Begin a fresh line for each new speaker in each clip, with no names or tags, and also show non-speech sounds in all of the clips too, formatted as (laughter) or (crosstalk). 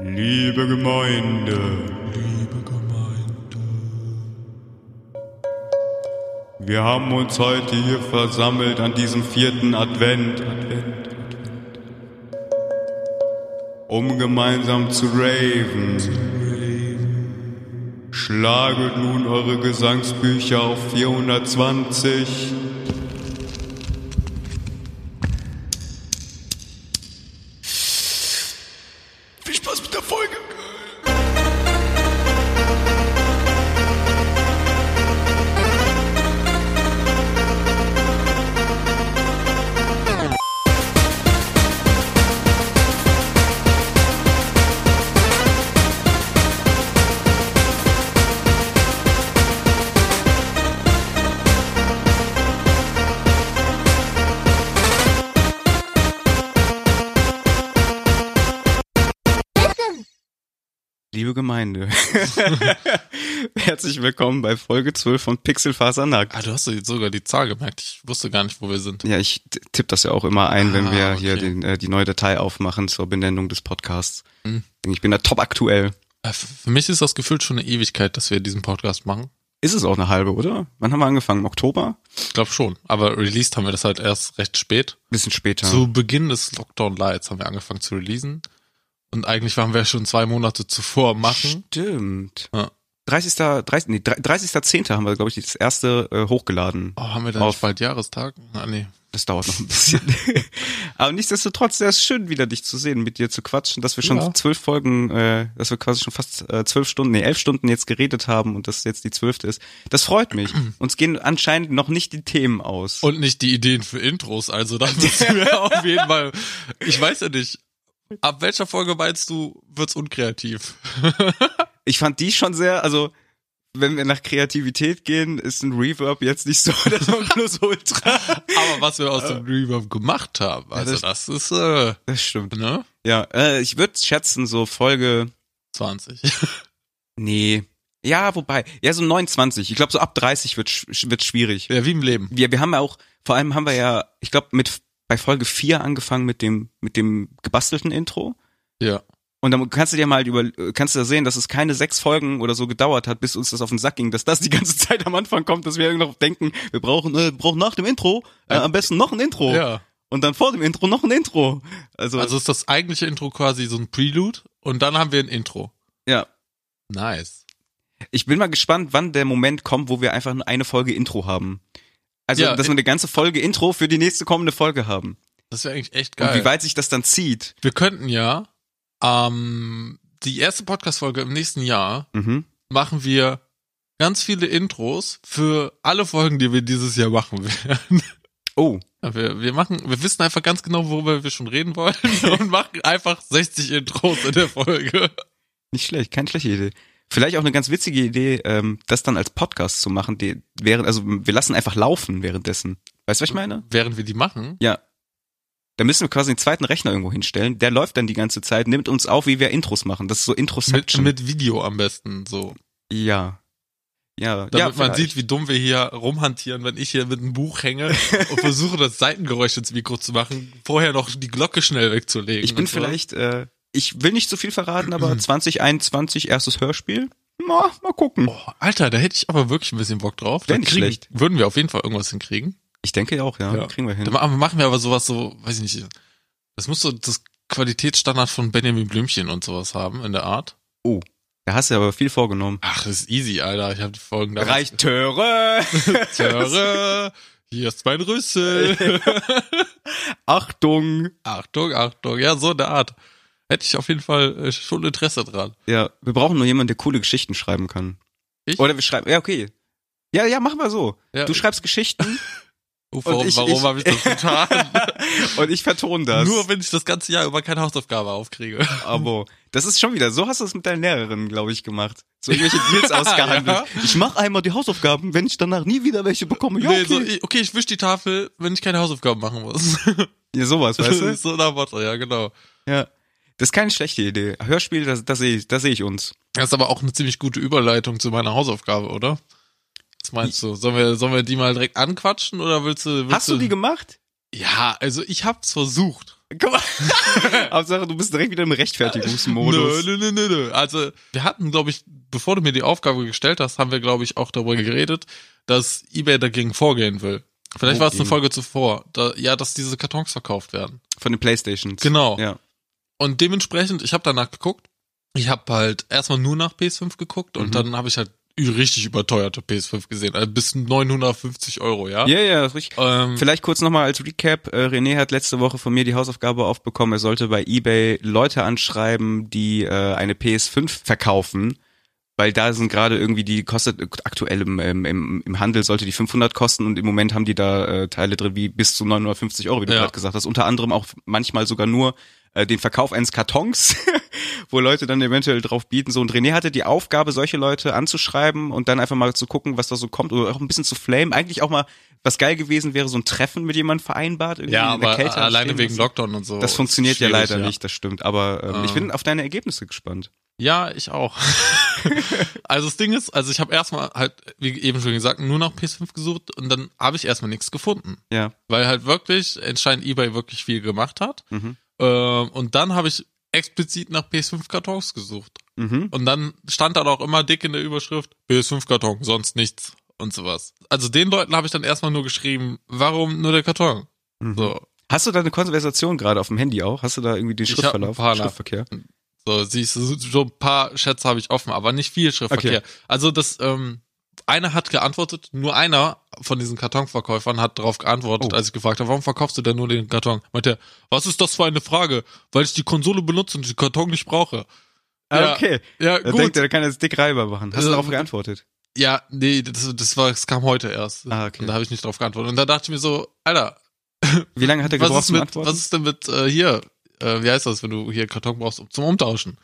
Liebe Gemeinde,
liebe Gemeinde.
wir haben uns heute hier versammelt an diesem vierten Advent, um gemeinsam zu raven. Schlaget nun eure Gesangsbücher auf 420.
Viel Spaß mit der Folge.
Liebe Gemeinde, (laughs) herzlich willkommen bei Folge 12 von Pixelfasernack.
Ah, du hast dir jetzt sogar die Zahl gemerkt. Ich wusste gar nicht, wo wir sind.
Ja, ich t- tippe das ja auch immer ein, wenn
Ah,
wir
okay.
hier den, äh, die neue Datei aufmachen zur Benennung des Podcasts.
Mhm.
Ich bin da top aktuell.
Äh, f- Für mich ist das gefühlt schon eine Ewigkeit, dass wir diesen Podcast machen.
Ist es auch eine halbe, oder? Wann haben wir angefangen? Im Oktober?
Ich glaube schon. Aber released haben wir das halt erst recht spät.
Bisschen später.
Zu Beginn des Lockdown Lights haben wir angefangen zu releasen. Und eigentlich waren wir schon zwei Monate zuvor am machen.
Stimmt.
Ja.
30. 30. Nee, 30.10. haben wir, glaube ich, das erste äh, hochgeladen.
Oh, haben wir dann
Auf-
nicht bald Jahrestag? Ah, nee.
Das dauert noch ein
(laughs)
bisschen. Aber nichtsdestotrotz, sehr schön, wieder dich zu sehen, mit dir zu quatschen, dass wir schon
Ja.
zwölf Folgen, äh, dass wir quasi schon fast äh, zwölf Stunden, nee, elf Stunden jetzt geredet haben und das jetzt die zwölfte ist. Das freut mich.
(clears throat)
Uns gehen anscheinend noch nicht die Themen aus.
Und nicht die Ideen für Intros, also da
(laughs)
müssen wir auf jeden Fall. Ich weiß ja nicht. Ab welcher Folge meinst du, wird's unkreativ?
ich fand die schon sehr, also wenn wir nach Kreativität gehen, ist ein Reverb jetzt nicht so (laughs) das Nonplusultra.
Aber was wir aus dem Reverb gemacht haben, also
Äh. das-
das, ist, äh,
Das stimmt.
ne?
Ja, äh, ich würde schätzen, so Folge,
20.
nee, ja, wobei, ja, so 29. Ich glaube, so ab 30 wird, sch- wird schwierig.
(laughs) Ja, wie im Leben.
Wir, wir haben ja auch, vor allem haben wir ja, ich glaube, mit bei Folge 4 angefangen mit dem, mit dem gebastelten Intro.
Ja.
Und dann kannst du dir mal über, kannst du da sehen, dass es keine sechs Folgen oder so gedauert hat, bis uns das auf den Sack ging, dass das die ganze (laughs) Zeit am Anfang kommt, dass wir irgendwie noch denken, wir brauchen, äh, wir brauchen nach dem Intro äh, am besten noch ein Intro
Ja.
und dann vor dem Intro noch ein Intro. Also,
Oh. Also ist das eigentliche Intro quasi so ein Prelude und dann haben wir ein Intro.
ja,
Nice.
ich bin mal gespannt, wann der Moment kommt, wo wir einfach nur eine Folge Intro haben. Also,
Ja, äh
dass wir eine ganze Folge Intro für die nächste kommende Folge haben.
Das wäre eigentlich echt
Und
geil.
wie weit sich das dann zieht.
wir könnten ja ähm, die erste Podcast-Folge im nächsten Jahr
Mhm.
machen wir ganz viele Intros für alle Folgen, die wir dieses Jahr machen werden. (laughs)
Oh,
Ja, Wir, wir machen, wir wissen einfach ganz genau, worüber wir schon reden wollen (laughs) und machen einfach 60 Intros in der Folge.
nicht schlecht, keine schlechte Idee. Vielleicht auch eine ganz witzige Idee, ähm, das dann als Podcast zu machen, die während, also wir lassen einfach laufen währenddessen. Weißt du, was ich meine?
Während wir die machen.
Ja. Da müssen wir quasi einen zweiten Rechner irgendwo hinstellen, der läuft dann die ganze Zeit, nimmt uns auf, wie wir Intros machen. Das ist so
Mit,
Introception.
mit Video am besten, so.
ja. Ja, ja,
Damit man
vielleicht.
sieht, wie dumm wir hier rumhantieren, wenn ich hier mit einem Buch
(laughs)
hänge und versuche, das Seitengeräusch ins Mikro zu machen, vorher noch die Glocke schnell wegzulegen.
Ich bin
und so.
vielleicht, äh, ich will nicht zu viel verraten,
(clears throat)
aber 2021 erstes Hörspiel. Mal, mal gucken.
Oh, Alter, da hätte ich aber wirklich ein bisschen Bock drauf.
Wär
Dann
nicht
kriegen,
schlecht.
Würden wir auf jeden Fall irgendwas hinkriegen.
Ich denke auch, ja.
Ja.
Kriegen wir
Dann
hin.
ma- machen wir aber sowas so, weiß ich nicht, das muss so das Qualitätsstandard von Benjamin Blümchen und sowas haben in der Art.
Da hast du aber viel vorgenommen.
Ach, das ist easy, Alter. Ich habe die Folgen damals- (laughs)
Reichtöre!
Töre, hier ist
(laughs)
mein Rüssel.
Achtung!
Achtung, Achtung. Ja, so in der Art. Hätte ich auf jeden Fall äh, schon Interesse dran.
Ja, wir brauchen nur jemanden, der coole Geschichten schreiben kann.
Ich?
Oder wir schreiben, ja, okay. Ja, ja, machen wir so.
Ja.
Du schreibst
(laughs)
Geschichten
Oh, warum
Und ich-
warum
ich-
habe ich das getan? (laughs)
und ich vertone das.
Nur wenn ich das ganze Jahr über keine Hausaufgabe aufkriege.
aber das ist schon wieder, so hast du es mit deinen Lehrerinnen, glaube ich, gemacht. So irgendwelche
(laughs)
Deals ausgehandelt. Ich mache einmal die Hausaufgaben, wenn ich danach nie wieder welche bekomme. Ja, okay.
Nee, so, ich, okay, ich wisch die Tafel, wenn ich keine Hausaufgaben machen muss.
ja sowas, weißt
(laughs)
du?
so nach Motto, ja, genau.
Ja. Das ist keine schlechte Idee. Hörspiel, das, das sehe ich, das sehe ich uns.
Das ist aber auch eine ziemlich gute Überleitung zu meiner Hausaufgabe, oder? Was meinst du? Sollen wir, sollen wir die mal direkt anquatschen oder willst du. Willst
Hast du die gemacht?
Ja, also ich hab's versucht.
Guck
(laughs)
mal. Hauptsache, du bist direkt wieder im Rechtfertigungsmodus.
Nö, nö, nö, nö, nö. Also, wir hatten, glaube ich, bevor du mir die Aufgabe gestellt hast, haben wir, glaube ich, auch darüber geredet, dass eBay dagegen vorgehen will. Vielleicht war es eine
Wogegen?
Folge zuvor. Da, ja, dass diese Kartons verkauft werden.
Von den Playstations.
Genau.
Ja.
Und dementsprechend, ich habe danach geguckt. Ich habe halt erstmal nur nach PS5 geguckt und
Mhm.
dann habe ich halt richtig überteuerte PS5 gesehen. Also bis 950 Euro, ja?
Ja, ja, ist richtig.
Ähm,
Vielleicht kurz nochmal als Recap. Äh, René hat letzte Woche von mir die Hausaufgabe aufbekommen, er sollte bei Ebay Leute anschreiben, die äh, eine PS5 verkaufen. Weil da sind gerade irgendwie, die kostet äh, aktuell im, im, im im Handel sollte die 500 kosten und im Moment haben die da äh, Teile drin wie bis zu 950 Euro, wie du
Ja.
gerade gesagt hast. Unter anderem auch manchmal sogar nur äh, den Verkauf eines Kartons, (laughs) wo Leute dann eventuell drauf bieten. So und René hatte die Aufgabe, solche Leute anzuschreiben und dann einfach mal zu gucken, was da so kommt oder auch ein bisschen zu flamen. Eigentlich auch mal, was geil gewesen wäre, so ein Treffen mit jemandem vereinbart. Irgendwie
ja,
in der
aber
Kälte
alleine
anstehen.
wegen
Das-
Lockdown und so.
Das funktioniert ja
Schwierig, Ah.
leider nicht, das stimmt. Aber ähm, ich bin auf deine Ergebnisse gespannt.
Ja, ich auch. (laughs) also das Ding ist, also ich habe erstmal halt, wie eben schon gesagt, nur nach PS5 gesucht und dann habe ich erstmal nichts gefunden.
Ja.
Weil halt wirklich, anscheinend Ebay wirklich viel gemacht hat.
Mhm.
Ähm, und dann habe ich explizit nach PS5-Kartons gesucht.
Mhm.
Und dann stand da auch immer dick in der Überschrift, PS5-Karton, sonst nichts und sowas. Also den Leuten habe ich dann erstmal nur geschrieben, warum nur der Karton?
Mhm.
So,
Hast du da eine Konversation gerade auf dem Handy auch? Hast du da irgendwie den
Ich hab
Schriftverlauf,
ein paar
Schriftverkehr?
So, siehst du, so ein paar Schätze habe ich offen, aber nicht viel Schriftverkehr. Also das, ähm, einer hat geantwortet, nur einer von diesen Kartonverkäufern hat darauf geantwortet,
Oh.
als ich gefragt habe, warum verkaufst du denn nur den Karton? Meint er, was ist das für eine Frage? Weil ich die Konsole benutze und den Karton nicht brauche.
Ah,
Ja,
okay.
Ja,
Da
gut.
denkt er, da kann er jetzt dick reiber machen. Hast du
Ähm,
darauf geantwortet?
ja, nee, das, das war, das kam heute erst.
Ah, okay.
Und da habe ich nicht drauf geantwortet. Und da dachte ich mir so, Alter,
Wie lange hat er
was
gebraucht
ist,
zum
mit,
Antworten?
was ist denn mit äh, hier? Äh, wie heißt das, wenn du hier Karton brauchst um- zum Umtauschen?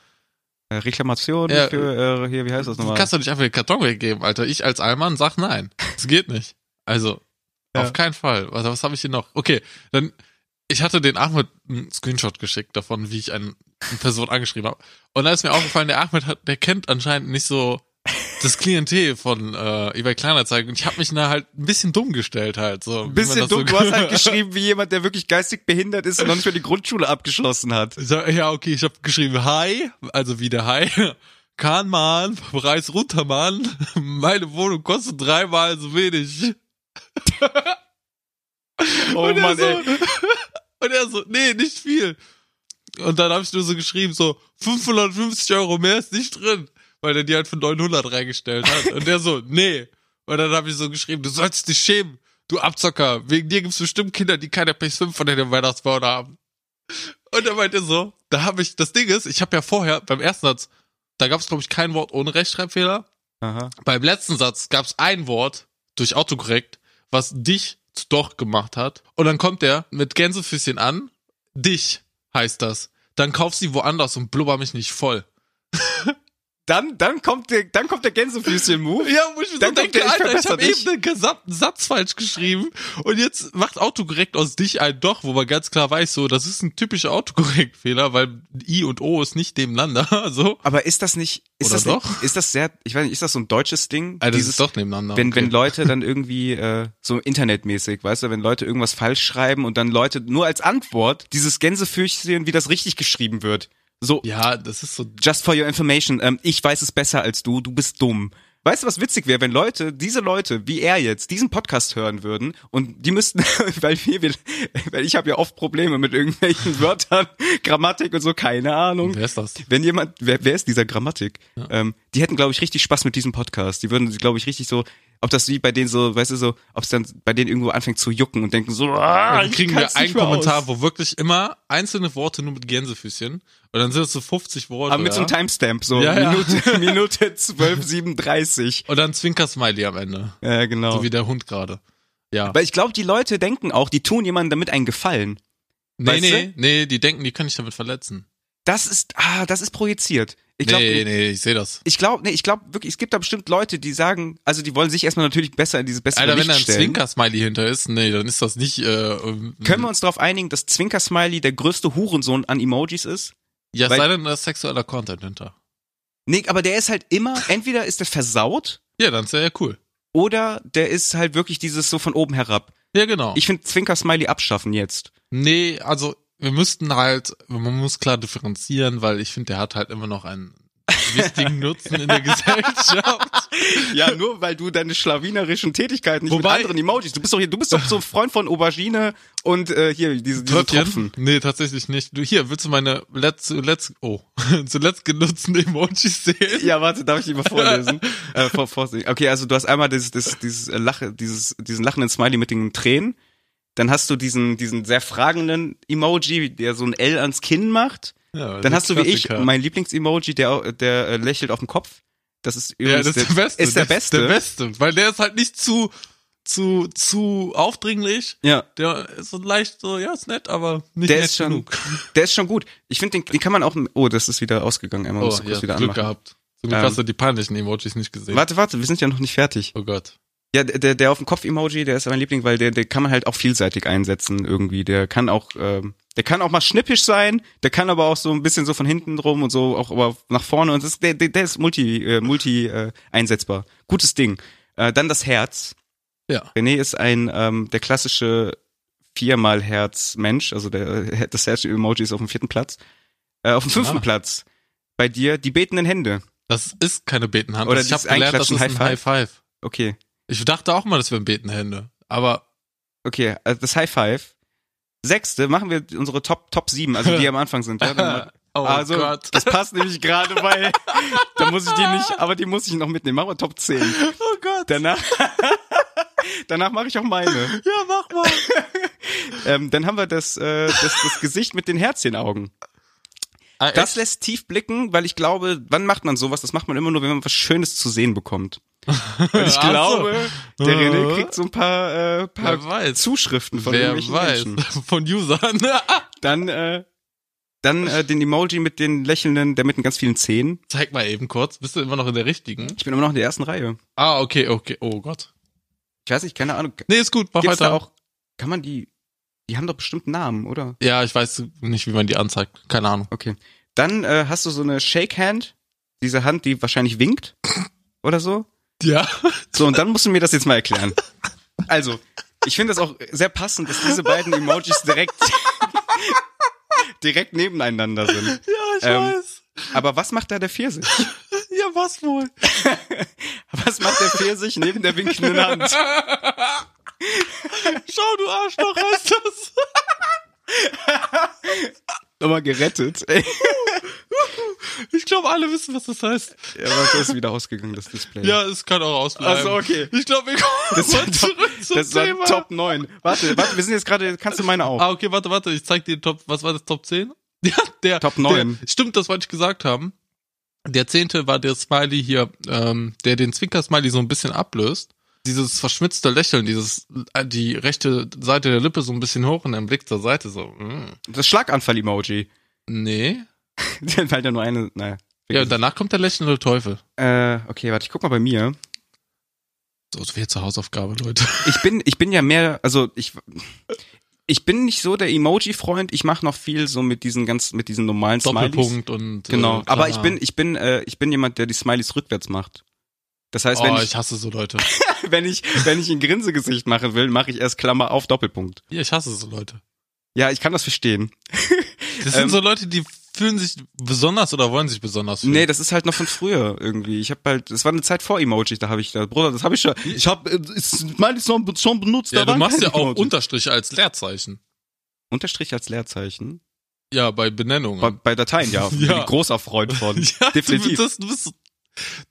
Äh, Reklamation
Ja,
für, äh, hier, wie heißt das
Du
nochmal?
kannst doch nicht einfach den Karton weggeben, Alter. Ich als Allmann sag nein. Das geht nicht. Also,
Ja.
auf keinen Fall. Was, was habe ich hier noch? Okay, dann, ich hatte den Ahmed einen Screenshot geschickt davon, wie ich einen, eine Person angeschrieben habe. Und da ist mir aufgefallen, der Ahmed hat, der kennt anscheinend nicht so das Klientel von äh, eBay Kleinanzeigen. Und ich habe mich da halt ein bisschen dumm gestellt halt. So, wie man
Ein bisschen
das so
dumm, du hast
(laughs)
halt geschrieben wie jemand, der wirklich geistig behindert ist und noch nicht mal die Grundschule abgeschlossen
(laughs)
hat.
Ich sag, Ja, okay, ich habe geschrieben, hi, also wieder hi. Kann man, (laughs) Preis runter, Mann. (laughs) Meine Wohnung kostet dreimal so wenig.
Oh
und,
Mann,
er
ey.
so, (laughs) und er so, nee, nicht viel. Und dann habe ich nur so geschrieben, so 550 Euro mehr ist nicht drin, weil er die halt für 900 reingestellt hat. Und der so, nee. Und dann habe ich so geschrieben, du sollst dich schämen, du Abzocker. Wegen dir gibt's bestimmt Kinder, die keine PS5 von deinem Weihnachtsbaum haben. Und dann meint er so, da habe ich, das Ding ist, ich habe ja vorher beim ersten Satz, da gab's glaub glaube ich kein Wort ohne Rechtschreibfehler.
Aha.
Beim letzten Satz gab es ein Wort durch Autokorrekt, was dich zu doch gemacht hat. Und dann kommt er mit Gänsefüßchen an. Dich heißt das. Dann kauf sie woanders und blubber mich nicht voll.
Dann, dann kommt der, dann kommt der Gänsefüßchen-Move.
Ja, wo ich mir
Dann
so
kommt
denke,
der, ich
Alter, ich
verbessere
habe
dich.
eben den gesamten Satz falsch geschrieben und jetzt macht Autokorrekt aus dich ein Doch, wo man ganz klar weiß, so, das ist ein typischer Autokorrektfehler, weil I und O ist nicht nebeneinander, (laughs) so.
Aber ist das nicht, ist
Oder
das
doch?
Nicht, ist das sehr, ich weiß nicht, ist das so ein deutsches Ding?
Also, das
Dieses-
ist doch nebeneinander.
wenn,
okay.
wenn Leute dann irgendwie äh, so internetmäßig, weißt du, wenn Leute irgendwas falsch schreiben und dann Leute nur als Antwort dieses Gänsefüßchen, wie das richtig geschrieben wird. So,
ja, das ist so
just for your information, ähm, ich weiß es besser als du, du bist dumm. Weißt du, was witzig wäre, wenn Leute, diese Leute, wie er jetzt, diesen Podcast hören würden und die müssten, (laughs) weil wir, wir weil ich habe ja oft Probleme mit irgendwelchen (laughs) Wörtern, Grammatik und so, keine Ahnung.
Wer ist das?
Wenn jemand, wer, wer ist dieser Grammatik? Ähm, die hätten, glaube ich, richtig Spaß mit diesem Podcast. Die würden, glaube ich, richtig so, ob das wie bei denen so, weißt du, so, ob es dann bei denen irgendwo anfängt zu jucken und denken so, ah,
dann
ich
kriegen wir
kann's nicht
einen
mehr
Kommentar,
aus.
wo wirklich immer einzelne Worte nur mit Gänsefüßchen und dann sind es so 50 Worte.
Aber mit so einem
ja?
Timestamp, so
Ja, ja. (laughs)
Minute, Minute 12, 37.
und dann Zwinker-Smiley am Ende,
Ja, genau.
so wie der Hund gerade. Ja.
Weil ich glaube, die Leute denken auch, die tun jemandem damit einen Gefallen.
Nee,
weißt
nee, nee, die denken, die können ich damit verletzen.
Das ist, ah, das ist projiziert. Ich glaube,
nee, nee, ich sehe das.
ich glaube, nee, ich glaube wirklich, es gibt da bestimmt Leute, die sagen, also die wollen sich erstmal natürlich besser in dieses bessere
Alter, wenn
Licht
da ein
stellen.
Zwinker-Smiley hinter ist, nee, dann ist das nicht äh, ähm,
Können wir uns darauf einigen, dass Zwinker-Smiley der größte Hurensohn an Emojis ist?
Ja, es
weil-
sei denn, da ist sexueller Content hinter.
Nee, aber der ist halt immer, entweder ist der versaut
Ja, dann ist er ja cool.
oder der ist halt wirklich dieses so von oben herab.
Ja, genau.
Ich finde Zwinker-Smiley abschaffen jetzt.
nee, also wir müssten halt, man muss klar differenzieren, weil ich finde, der hat halt immer noch einen
(laughs)
wichtigen Nutzen in der Gesellschaft.
Ja, nur weil du deine schlawinerischen Tätigkeiten nicht
Wobei-
mit anderen Emojis. Du bist doch hier, du bist doch so ein Freund von Aubergine und äh, hier diese, diese Tropfen.
Nee, tatsächlich nicht. Du, hier, willst du meine letzt, letzt, oh, (laughs) zuletzt genutzten Emojis sehen?
Ja, warte, darf ich die mal
(laughs)
vorlesen? äh, vor, vorsehen. Okay, also du hast einmal dieses, dieses, dieses äh, Lache, dieses, diesen lachenden Smiley mit den Tränen. Dann hast du diesen, diesen sehr fragenden Emoji, der so ein L ans Kinn macht.
Ja,
Dann
der
hast du wie ich
Klassiker.
mein Lieblings-Emoji, der, au- der äh, lächelt auf dem Kopf. Das ist
ja,
übrigens
das ist der Beste.
Ist der
Das
Beste.
Der Beste, weil der ist halt nicht zu, zu, zu aufdringlich.
Ja,
Der ist so leicht so, ja, ist nett, aber nicht
Der
nett
ist schon-
genug.
der ist schon gut. Ich finde, den, den kann man auch. Oh, das ist wieder ausgegangen. Einmal
Oh,
musst du kurz
ja,
wieder
Glück
anmachen.
gehabt. Zum Glück
Ähm,
hast du die peinlichen Emojis nicht gesehen.
Warte, warte, wir sind ja noch nicht fertig.
Oh Gott.
Ja, der, der- der auf dem Kopf-Emoji, der ist mein Liebling, weil der, der kann man halt auch vielseitig einsetzen irgendwie. Der kann auch, ähm, der kann auch mal schnippisch sein, der kann aber auch so ein bisschen so von hinten drum und so auch aber nach vorne und das, der, der, der ist multi, äh, multi äh, einsetzbar. Gutes Ding. Äh, dann das Herz.
Ja.
René ist ein ähm, der klassische viermal Herz Mensch, also der das Herz Emoji ist auf dem vierten Platz. Äh, auf dem fünften
Ah.
Platz bei dir die betenden Hände.
Das ist keine Betenhand.
Oder
ich habe
dieses
gelernt, das ist ein
Einklatschen, High
High Five.
Okay.
Ich dachte auch mal, das wären Betenhände. Aber
Okay, also das High Five. Sechste machen wir unsere Top Top 7, also
(laughs)
die am Anfang sind. Ja, dann mal-
oh
also
Gott. (laughs)
das passt nämlich gerade, weil da muss ich die nicht, aber die muss ich noch mitnehmen. Machen wir Top 10.
Oh Gott.
Danach (laughs) Danach mache ich auch meine.
Ja, mach mal.
Ähm, dann haben wir das, äh, das, das Gesicht mit den Herzchenaugen.
Ah,
Das lässt tief blicken, weil ich glaube, wann macht man sowas? Das macht man immer nur, wenn man was Schönes zu sehen bekommt. Weil ich
Ach so.
glaube, der René
Äh.
kriegt so ein paar, äh,
Wer
paar
weiß.
Zuschriften von
Wer
irgendwelchen
weiß.
Menschen.
(laughs) Von Usern.
Dann, äh, dann äh, den Emoji mit den lächelnden, der mit den ganz vielen Zähnen.
Zeig mal eben kurz. Bist du immer noch in der richtigen?
Ich bin immer noch in der ersten Reihe.
Ah, okay, okay. Oh Gott.
Ich weiß nicht, keine Ahnung.
Nee, ist gut. Mach
Gibt's
weiter.
da auch, kann man die, die haben doch bestimmt einen Namen, oder?
Ja, ich weiß nicht, wie man die anzeigt.
(laughs)
Keine Ahnung.
Okay. Dann äh, hast du so eine Shake Hand, diese Hand, die wahrscheinlich winkt oder so.
Ja.
So, und dann musst du mir das jetzt mal erklären. Also, ich finde das auch sehr passend, dass diese beiden Emojis direkt, (laughs) direkt nebeneinander sind.
Ja, ich
Ähm,
weiß.
Aber was macht da der Pfirsich?
Ja, was wohl?
Was macht der Pfirsich neben der winkenden Hand?
Schau, du Arschloch, heißt das. (laughs)
Nochmal (laughs) gerettet. Ey.
Ich glaube, alle wissen, was das heißt.
Ja, aber das ist wieder ausgegangen, das Display.
Ja, es kann auch ausbleiben.
Ach so, okay.
Ich glaube, wir kommen
das war
mal (laughs) zurück
top,
zum
das war
Thema.
Top 9. Warte, warte, wir sind jetzt gerade, kannst du meine auch?
Ah, okay, warte, warte. Ich zeig dir den Top, was war das, Top 10? (laughs) Ja, der.
Top 9.
Der, stimmt, das wollte ich gesagt haben. Der zehnte war der Smiley hier, ähm, der den Zwinker-Smiley so ein bisschen ablöst. Dieses verschmitzte Lächeln, dieses, äh, die rechte Seite der Lippe so ein bisschen hoch und dann Blick zur Seite so, mm.
Das Schlaganfall-Emoji. (laughs)
nee.
Dann fällt ja nur eine, naja.
Ja, und danach kommt der lächelnde Teufel.
äh, okay, warte, ich guck mal bei mir.
So viel zur Hausaufgabe, Leute.
Ich bin, ich bin ja mehr, also ich, ich bin nicht so der Emoji-Freund. Ich mache noch viel so mit diesen ganz, mit diesen normalen Smileys.
Doppelpunkt und.
Genau.
äh,
Aber ich
Klammer.
bin, ich bin, äh, ich bin jemand, der die Smileys rückwärts macht. Das heißt, wenn
Oh,
ich,
ich hasse so Leute.
(laughs) wenn ich, wenn ich ein Grinsegesicht machen will, mache ich erst Klammer auf Doppelpunkt.
Ja, ich hasse so Leute.
Ja, ich kann das verstehen. (laughs)
Das sind
Ähm,
so Leute, die fühlen sich besonders oder wollen sich besonders fühlen.
Nee, das ist halt noch von früher irgendwie. Ich habe halt, das war eine Zeit vor Emojis, da habe ich da, Bruder, das habe ich schon, ich habe, meine äh, ich noch schon benutzt.
ja,
da
du
waren
machst
keine
ja auch
Emojis.
Unterstrich als Leerzeichen.
Unterstrich als Leerzeichen.
Ja, bei Benennungen.
Bei, bei Dateien, (laughs) ja. Bin
Ja.
ich großer Freund (laughs) von.
(laughs) ja,
definitiv.
Du, das, du bist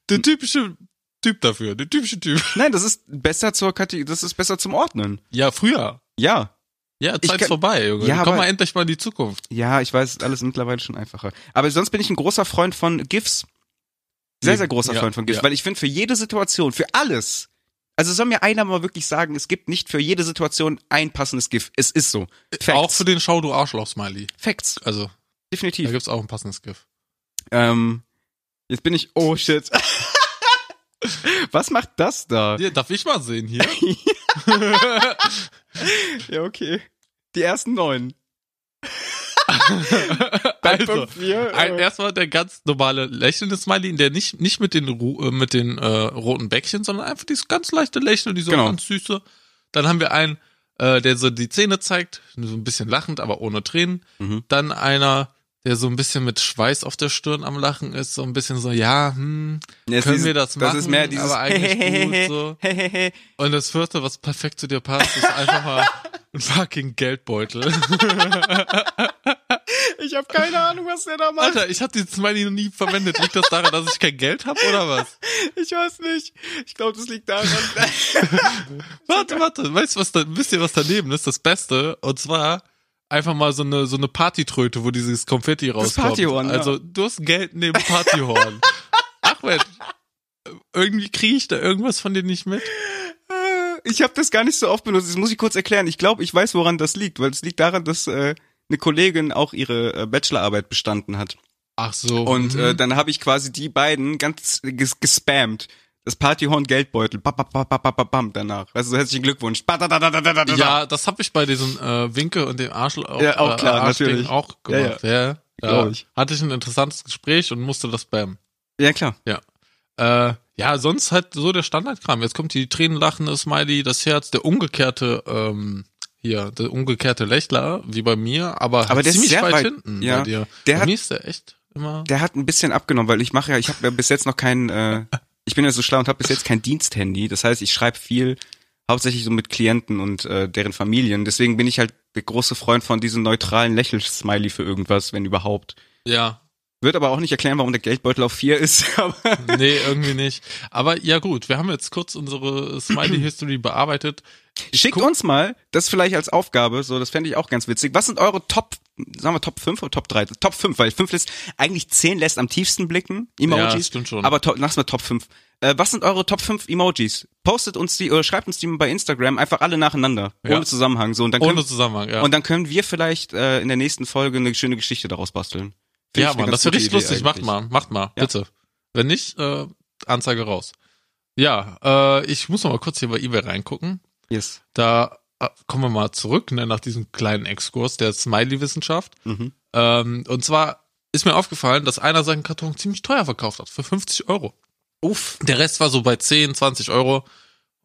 der typische Typ dafür, der typische Typ.
Nein, das ist besser zur Kategorie, das ist besser zum Ordnen.
Ja, früher.
Ja.
Ja,
Ich
Zeit's
kann-
vorbei, Junge.
Ja,
Komm
aber-
mal endlich mal in die Zukunft.
Ja, ich weiß, alles mittlerweile schon einfacher. Aber sonst bin ich ein großer Freund von GIFs. Sehr, sehr großer
Ja,
Freund von GIFs,
ja.
weil ich finde, für jede Situation, für alles, also soll mir einer mal wirklich sagen, es gibt nicht für jede Situation ein passendes GIF. Es ist so. Facts.
Auch für den Schau, du Arschloch-Smiley.
Facts.
Also, da
Definitiv.
gibt's auch ein passendes GIF.
Ähm, jetzt bin ich, oh shit. (laughs) Was macht das da?
Hier, darf ich mal
(laughs)
sehen hier?
Ja, okay. Die ersten neun.
also,
Fünf, vier,
ein,
äh,
erstmal der ganz normale lächelnde Smiley, der nicht, nicht mit den, Ru äh, mit den äh, roten Bäckchen, sondern einfach dieses ganz leichte Lächeln, diese
Genau.
ganz süße. Dann haben wir ein äh, der so die Zähne zeigt, so ein bisschen lachend, aber ohne Tränen.
Mhm.
Dann einer, der so ein bisschen mit Schweiß auf der Stirn am Lachen ist, so ein bisschen so, ja, hm,
Ja, es
können
ist-
wir das machen,
Das ist mehr dieses (laughs)
aber eigentlich gut so. Und das vierte, was perfekt zu dir passt, ist einfach mal ein
(laughs)
fucking Geldbeutel.
Ich habe keine Ahnung, was der da macht.
Alter, ich habe die Smiley noch nie verwendet. Liegt das daran, dass ich kein Geld habe oder was?
Ich weiß nicht. Ich glaube, das liegt daran. (laughs)
Warte, warte, weißt du was da, wisst ihr was daneben ist? Das Beste und zwar einfach mal so eine so eine Partytröte, wo dieses Konfetti rauskommt.
Partyhorn, ja.
Also du hast Geld neben
(laughs)
Partyhorn. Achmed, irgendwie kriege ich da irgendwas von dir nicht mit?
ich habe das gar nicht so oft benutzt. Das muss ich kurz erklären. Ich glaube, ich weiß, woran das liegt, weil es liegt daran, dass äh, eine Kollegin auch ihre äh, Bachelorarbeit bestanden hat.
Ach so.
Und
mhm.
äh, dann habe ich quasi die beiden ganz ges gespammt. Das Partyhorn Geldbeutel. Bam, bam, bam, bam, bam, bam, bam danach. Also herzlichen Glückwunsch. Ba, da, da, da, da, da, da,
Mhm. ja, das habe ich bei diesem äh, Winkel und dem Arschl auch, äh,
Ja, auch klar,
Arschding
natürlich.
auch
Ja,
gemacht. Ja, ja.
Glaub
Da
ich.
hatte ich ein interessantes Gespräch und musste das spammen.
ja, klar.
Äh, ja, sonst halt so der Standardkram. Jetzt kommt die tränenlachende Smiley, das Herz, der umgekehrte, ähm, hier, der umgekehrte Lächler, wie bei mir, aber,
Aber
halt
der ist
ziemlich
sehr
weit,
weit-
hinten
ja.
bei dir.
Der
bei
hat-
mir ist der echt immer.
Der hat ein bisschen abgenommen, weil ich mache ja, ich habe ja bis jetzt noch kein,
(laughs)
äh, ich bin ja so schlau und habe bis jetzt kein Diensthandy. Das heißt, ich schreibe viel, hauptsächlich so mit Klienten und äh, deren Familien. Deswegen bin ich halt der große Freund von diesem neutralen Lächelsmiley für irgendwas, wenn überhaupt.
Ja,
Wird aber auch nicht erklären, warum der Geldbeutel auf vier ist. (laughs) Aber
nee, irgendwie nicht. Aber ja gut, wir haben jetzt kurz unsere Smiley-History bearbeitet.
Schickt uns mal, das vielleicht als Aufgabe, so, das fände ich auch ganz witzig. Was sind eure Top, sagen wir Top 5 oder Top 3? Top 5, weil 5 lässt, eigentlich 10 lässt am tiefsten blicken,
Ja,
Emojis.
das stimmt schon.
Aber to lass mal Top 5. Äh, was sind eure Top 5 Emojis? Postet uns die oder schreibt uns die bei Instagram einfach alle nacheinander.
Ja.
Ohne Zusammenhang. So, und, dann können,
ohne Zusammenhang, ja.
und dann können wir vielleicht äh, in der nächsten Folge eine schöne Geschichte daraus basteln. Finde
ja,
ich eine
Mann,
ganz
das wäre
gute
richtig
Idee
lustig. Macht
eigentlich.
mal, macht mal,
Ja.
bitte. Wenn nicht, äh, Anzeige raus. Ja, äh, ich muss noch mal kurz hier bei eBay reingucken.
Yes.
Da äh, kommen wir mal zurück ne, nach diesem kleinen Exkurs der Smiley-Wissenschaft.
Mhm.
Ähm, und zwar ist mir aufgefallen, dass einer seinen Karton ziemlich teuer verkauft hat, für 50 Euro. Uff. Der Rest war so bei 10, 20 Euro.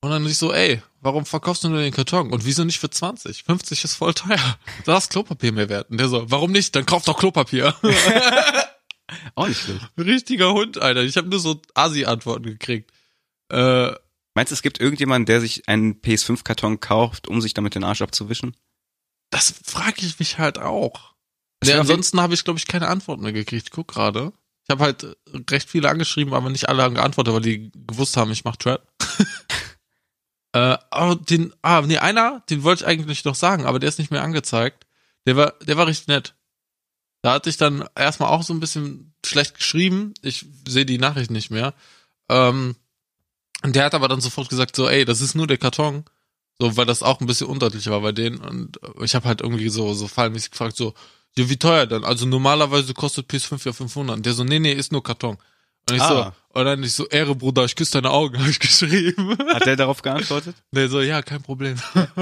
Und dann ich so, ey, warum verkaufst du nur den Karton? Und wieso nicht für 20? 50 ist voll teuer. Da ist Klopapier mehr wert. Und der so, warum nicht? Dann kauf doch Klopapier. (laughs)
Auch nicht schlecht.
Richtiger Hund, Alter. Ich habe nur so Asi-Antworten gekriegt. Äh,
Meinst du, es gibt irgendjemanden, der sich einen PS5-Karton kauft, um sich damit den Arsch abzuwischen?
Das frage ich mich halt auch.
Das
Nee,
wär-
ansonsten habe ich, glaube ich, keine Antwort mehr gekriegt. Guck gerade. Ich habe halt äh, recht viele angeschrieben, aber nicht alle haben geantwortet, weil die gewusst haben, ich mache Trap. (laughs) äh, aber den, ah, nee, einer, den wollte ich eigentlich noch sagen, aber der ist nicht mehr angezeigt. Der war, der war richtig nett. Da hatte ich dann erstmal auch so ein bisschen schlecht geschrieben. Ich sehe die Nachricht nicht mehr. Ähm, und der hat aber dann sofort gesagt, so, ey, das ist nur der Karton. So, weil das auch ein bisschen undeutlich war bei denen. Und ich habe halt irgendwie so, so fallmäßig gefragt, so, ja, wie teuer denn? Also normalerweise kostet PS5 ja 500. Und der so, nee, nee, ist nur Karton. Und ich
Ah.
so, und dann ich so, Ehre, Bruder, ich küsse deine Augen, (laughs) habe ich geschrieben.
Hat der darauf geantwortet?
Der so, ja, kein Problem.
(laughs)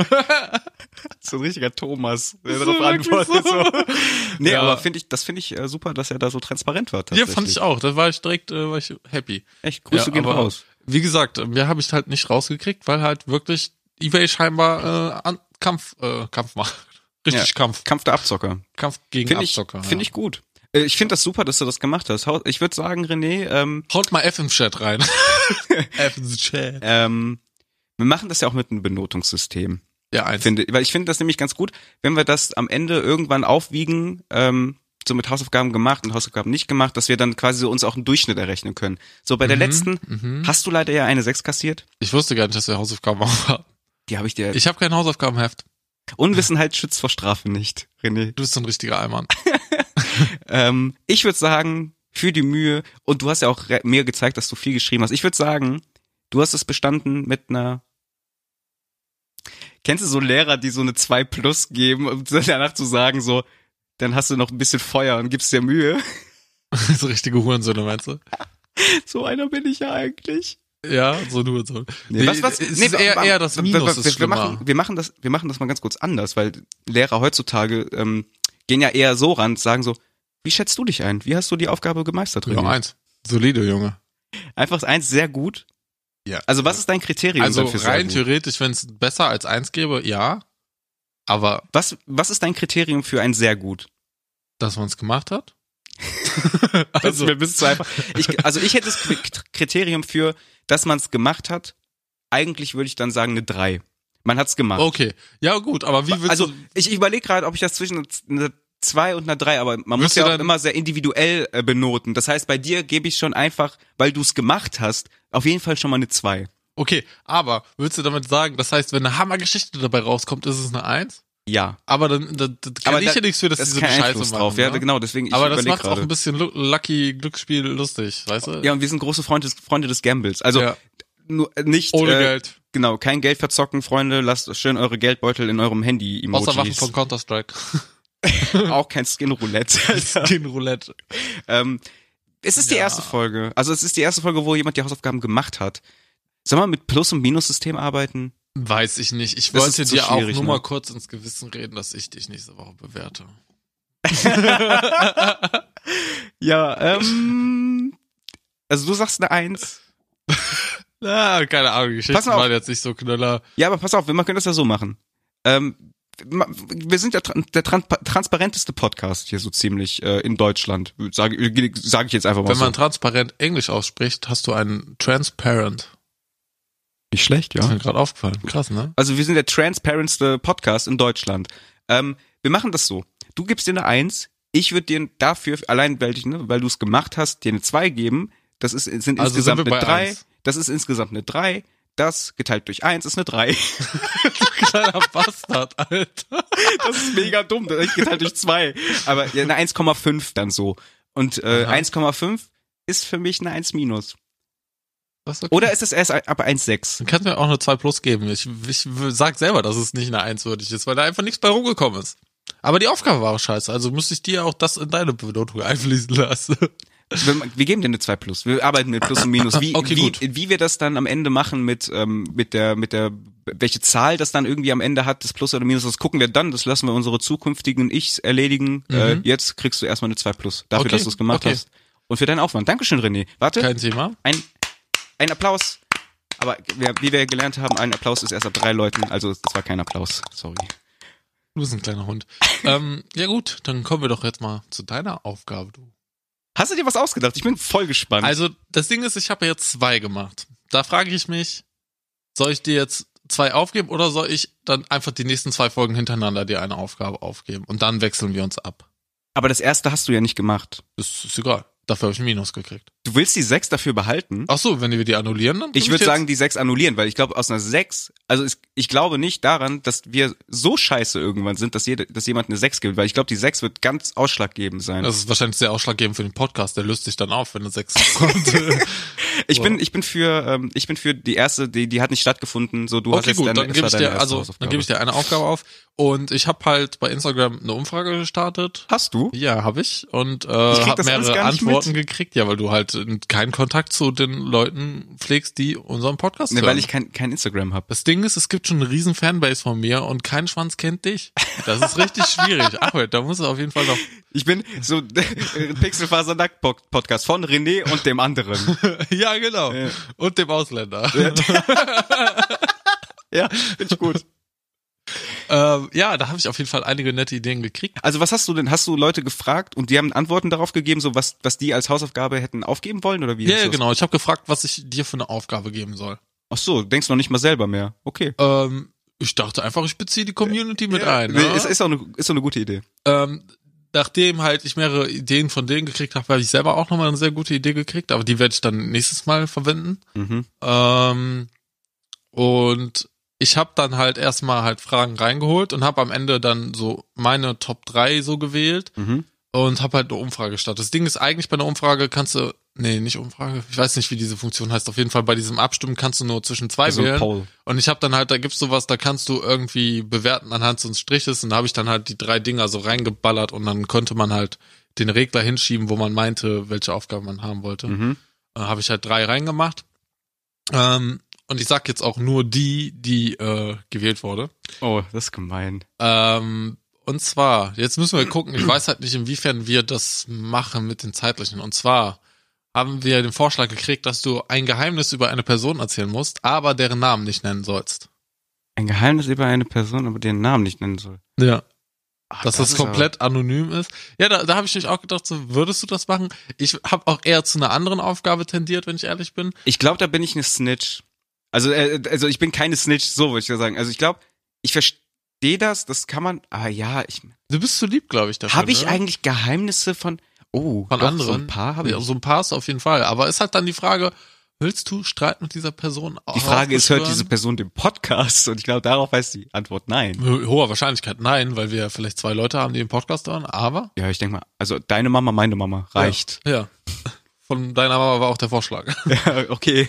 So ein richtiger Thomas, der
So
darauf
wirklich
antwortet.
so.
So. Nee,
Ja.
aber finde ich, das finde ich äh, super, dass er da so transparent war.
ja, fand ich auch. Da war ich direkt, äh, war ich happy.
Echt, Grüße
Ja,
gehen
aber-
raus.
Wie gesagt, äh, mehr habe ich halt nicht rausgekriegt, weil halt wirklich eBay scheinbar äh, an, Kampf, äh, Kampf macht. Richtig Kampf.
Kampf der Abzocker.
Kampf gegen
Finde ich,
Abzocker.
finde ich gut. Äh, Ich finde das super, dass du das gemacht hast. Hau- Ich würde sagen, René, ähm,
Haut mal F im
(laughs)
Chat rein. F im Chat.
ähm, wir machen das ja auch mit einem Benotungssystem.
Ja, eins.
Finde, weil ich finde das nämlich ganz gut, wenn wir das am Ende irgendwann aufwiegen, ähm, so mit Hausaufgaben gemacht und Hausaufgaben nicht gemacht, dass wir dann quasi so uns auch einen Durchschnitt errechnen können. So bei der letzten,
Mhm.
hast du leider ja eine 6 kassiert.
Ich wusste gar nicht, dass wir Hausaufgaben auch haben.
Die habe ich dir.
Ich habe kein Hausaufgabenheft.
Unwissenheit schützt vor Strafe nicht, René.
Du bist so ein richtiger Allmann. (laughs)
Ähm, ich würde sagen, für die Mühe, und du hast ja auch re- mir gezeigt, dass du viel geschrieben hast. Ich würde sagen, du hast es bestanden mit einer. Kennst du so Lehrer, die so eine 2 plus geben, um (laughs) danach zu sagen, so, dann hast du noch ein bisschen Feuer und gibst dir Mühe. (laughs)
so richtige Hurensöhne, meinst du?
So einer bin ich ja eigentlich.
Ja, so ein Hurensohn. Nee, es ist eher-
wa-
eher das
wa- wa-
Minus
wa-
ist
wir, wir,
schlimmer.
machen, wir, machen das, wir machen das mal ganz kurz anders, weil Lehrer heutzutage ähm, gehen ja eher so ran, sagen so, wie schätzt du dich ein? Wie hast du die Aufgabe gemeistert?
Ja,
René?
eins. Solide, Junge.
Einfach eins sehr gut.
Ja.
Also was ist dein Kriterium
Also
dann für
rein
sehr gut?
theoretisch, wenn es besser als eins gäbe, ja. Aber
Was, was ist dein Kriterium für ein sehr gut?
dass man es gemacht hat? Also-
Das ist mir ein bisschen zu einfach. Ich, also ich hätte das K- Kriterium für, dass man es gemacht hat. Eigentlich würde ich dann sagen eine 3. Man hat es gemacht.
okay. Ja, gut, aber wie willst
also
du.
ich, ich überlege gerade, ob ich das zwischen einer 2 und einer 3, aber man muss
Würdest du
ja auch
dann-
immer sehr individuell äh, benoten. Das heißt, bei dir gebe ich schon einfach, weil du es gemacht hast, auf jeden Fall schon mal eine 2.
Okay, aber würdest du damit sagen, das heißt, wenn eine Hammergeschichte dabei rauskommt, ist es eine Eins?
Ja,
Aber dann, dann, dann kann
Aber
ich
da-
ja nichts für, dass
das
diese
ist kein
Scheiße
Einfluss
machen.
drauf. Ja,
ne?
genau, deswegen ich
aber das
überleg
macht auch
gerade.
ein bisschen lu- Lucky Glücksspiel lustig, weißt du?
Ja, und wir sind große Freunde, Freunde des Gambles. Also
Ja.
nur äh, nicht
Ohne
äh,
Geld.
Genau, kein Geld verzocken, Freunde. Lasst schön eure Geldbeutel in eurem Handy. Emojis.
Außer Waffen
(laughs)
von Counter-Strike.
auch kein Skin Roulette.
(laughs)
Alter.
Skin Roulette.
ähm, es ist die
Ja.
erste Folge. Also es ist die erste Folge, wo jemand die Hausaufgaben gemacht hat. Soll man mit Plus- und Minus-System arbeiten?
Weiß ich nicht. Ich
Das ist
wollte
zu
dir auch nur
schwierig, ne?
mal kurz ins Gewissen reden, dass ich dich nächste Woche bewerte.
Ja, ähm. (laughs) Also du sagst eine Eins.
Na, Ah, keine Ahnung, die Geschichten
Pass mal auf.
waren jetzt nicht so knaller.
Ja, aber pass auf, wir können das ja so machen. Ähm, ma- wir sind der, tran- der tran transparenteste Podcast hier so ziemlich äh, in Deutschland. Sage sag ich jetzt einfach mal
Wenn
so.
man transparent Englisch ausspricht, hast du einen Transparent.
Nicht schlecht,
Ist mir gerade aufgefallen.
(laughs)
Krass, ne?
Also wir sind der transparentste Podcast in Deutschland. Ähm, wir machen das so. Du gibst dir eine Eins, ich würde dir dafür, allein weil, ich, ne, weil du es gemacht hast, dir eine Zwei geben. Das ist, sind
Also
insgesamt
sind wir
eine
bei
Drei.
eins.
Das ist insgesamt eine Drei. Das geteilt durch eins ist eine Drei. (laughs)
Kleiner Bastard, Alter.
Das ist mega dumm. Das ist geteilt durch zwei. Aber ja, eine 1,5 dann so. Und äh,
Aha.
1,5 ist für mich eine 1 minus.
Das ist okay.
Oder ist es erst ab 1,6?
Du kannst mir auch eine 2 plus geben. Ich, ich sag selber, dass es nicht eine 1 würdig ist, weil da einfach nichts bei rumgekommen ist. Aber die Aufgabe war auch scheiße, also müsste ich dir auch das in deine Bedeutung (laughs) einfließen lassen.
Wir, wir geben dir eine 2 plus. Wir arbeiten mit plus und minus. Wie,
Okay,
wie,
gut.
wie wir das dann am Ende machen mit, ähm, mit der, mit der, welche Zahl das dann irgendwie am Ende hat, das Plus oder Minus, das gucken wir dann. Das lassen wir unsere zukünftigen Ichs erledigen. Äh, jetzt kriegst du erstmal eine 2 plus. Dafür,
Mhm. Okay,
dass du es gemacht
okay.
hast. Und für deinen Aufwand. Dankeschön, René. Warte.
Kein Thema.
ein, ein Applaus. Aber wir, wie wir gelernt haben, ein Applaus ist erst ab drei Leuten, also es war kein Applaus. Sorry.
Du bist ein kleiner Hund. ähm, ja gut, dann kommen wir doch jetzt mal zu deiner Aufgabe, du.
Hast du dir was ausgedacht? Ich bin voll gespannt.
Also, das Ding ist, ich habe jetzt zwei gemacht. Da frage ich mich, soll ich dir jetzt zwei aufgeben oder soll ich dann einfach die nächsten zwei Folgen hintereinander dir eine Aufgabe aufgeben und dann wechseln wir uns ab?
aber das erste hast du ja nicht gemacht.
Das ist egal. Dafür habe ich ein Minus gekriegt.
Du willst die sechs dafür behalten?
Ach so, wenn wir die annullieren, dann
Ich
würd
würde
jetzt-
sagen, die sechs annullieren, weil ich glaube, aus einer sechs, also es, ich glaube nicht daran, dass wir so scheiße irgendwann sind, dass, jede, dass jemand eine sechs gibt, weil ich glaube, die sechs wird ganz ausschlaggebend sein.
das ist wahrscheinlich sehr ausschlaggebend für den Podcast. Der löst sich dann auf, wenn
(laughs)
eine 6 kommt.
ich
wow.
bin, ich bin für, ähm, ich bin für die erste, die, die hat nicht stattgefunden, so du hast
okay,
jetzt
gut,
deine,
dann
es
gebe
war
ich
deine
dir
erste
also dann
Hausaufgabe.
gebe ich dir eine Aufgabe auf und ich habe halt bei Instagram eine Umfrage gestartet.
Hast du?
Ja, habe ich und äh,
krieg
habe
das alles
mehrere
gar nicht
Antworten gekriegt, ja, weil du halt äh, keinen Kontakt zu den Leuten pflegst, die unseren Podcast
Ne,
hören.
weil ich kein, kein Instagram habe.
das Ding ist, es gibt schon eine riesen Fanbase von mir und kein Schwanz kennt dich. Das ist richtig schwierig.
(laughs)
Ahmed, da musst du auf jeden Fall noch (laughs)
Ich bin so (laughs) äh, Pixelfaser Nackt Podcast von René und dem
(laughs)
anderen.
Ja, genau.
Ja.
Und dem Ausländer.
ja, finde ich gut.
ähm, ja, da habe ich auf jeden Fall einige nette Ideen gekriegt.
Also was hast du denn? Hast du Leute gefragt und die haben Antworten darauf gegeben, so was was die als Hausaufgabe hätten aufgeben wollen oder wie?
Ja,
ist
ja,
das?
genau. Ich habe gefragt, was ich dir für eine Aufgabe geben soll.
Ach so, denkst du noch nicht mal selber mehr? Okay.
Ähm, ich dachte einfach, ich beziehe die Community mit
Ja,
ein.
nee,
ne?
ist, ist, auch eine, ist auch eine gute Idee.
ähm, nachdem halt ich mehrere Ideen von denen gekriegt habe, habe ich selber auch nochmal eine sehr gute Idee gekriegt, aber die werde ich dann nächstes Mal verwenden.
Mhm.
Ähm, und ich habe dann halt erstmal halt Fragen reingeholt und habe am Ende dann so meine Top 3 so gewählt.
Mhm.
und habe halt eine Umfrage gestartet. Das Ding ist eigentlich bei einer Umfrage kannst du nee, nicht Umfrage. Ich weiß nicht, wie diese Funktion heißt. Auf jeden Fall bei diesem Abstimmen kannst du nur zwischen zwei
Also ein
wählen.
Poll.
Und ich habe dann halt, da gibt's sowas, da kannst du irgendwie bewerten anhand so eines Striches und da habe ich dann halt die drei Dinger so reingeballert und dann konnte man halt den Regler hinschieben, wo man meinte, welche Aufgabe man haben wollte.
Mhm.
Da habe ich halt drei reingemacht. Ähm, und ich sag jetzt auch nur die, die äh, gewählt wurde.
Oh, das ist gemein.
Ähm, und zwar, jetzt müssen wir gucken, ich weiß halt nicht, inwiefern wir das machen mit den zeitlichen. Und zwar haben wir den Vorschlag gekriegt, dass du ein Geheimnis über eine Person erzählen musst, aber deren Namen nicht nennen sollst.
Ein Geheimnis über eine Person, aber den Namen nicht nennen soll.
Ja.
Ach,
dass das,
ist
komplett anonym ist. Ja, da, da habe ich mich auch gedacht, so würdest du das machen? Ich habe auch eher zu einer anderen Aufgabe tendiert, wenn ich ehrlich bin.
Aber, ich glaube, da bin ich eine Snitch. Also, äh, also ich bin keine Snitch, so würde ich ja sagen. Also ich glaube, ich verstehe das, das kann man, aber ja, ich
Du bist zu lieb, glaube ich, dafür.
habe ich
ne?
eigentlich Geheimnisse von Oh,
von
doch,
anderen?
so ein paar habe ich.
ja, so ein paar ist auf jeden Fall. Aber ist halt dann die Frage, willst du Streit mit dieser Person
Die Frage ist, hört diese
aufbeschwören?
Person den Podcast? Und ich glaube, darauf heißt die Antwort nein.
Hoher Wahrscheinlichkeit nein, weil wir ja vielleicht zwei Leute haben, die den Podcast hören, aber.
Ja, ich denke mal, also deine Mama, meine Mama, reicht.
Ja. (laughs) Von deiner Mama war auch der Vorschlag. (laughs)
Ja, (laughs) okay.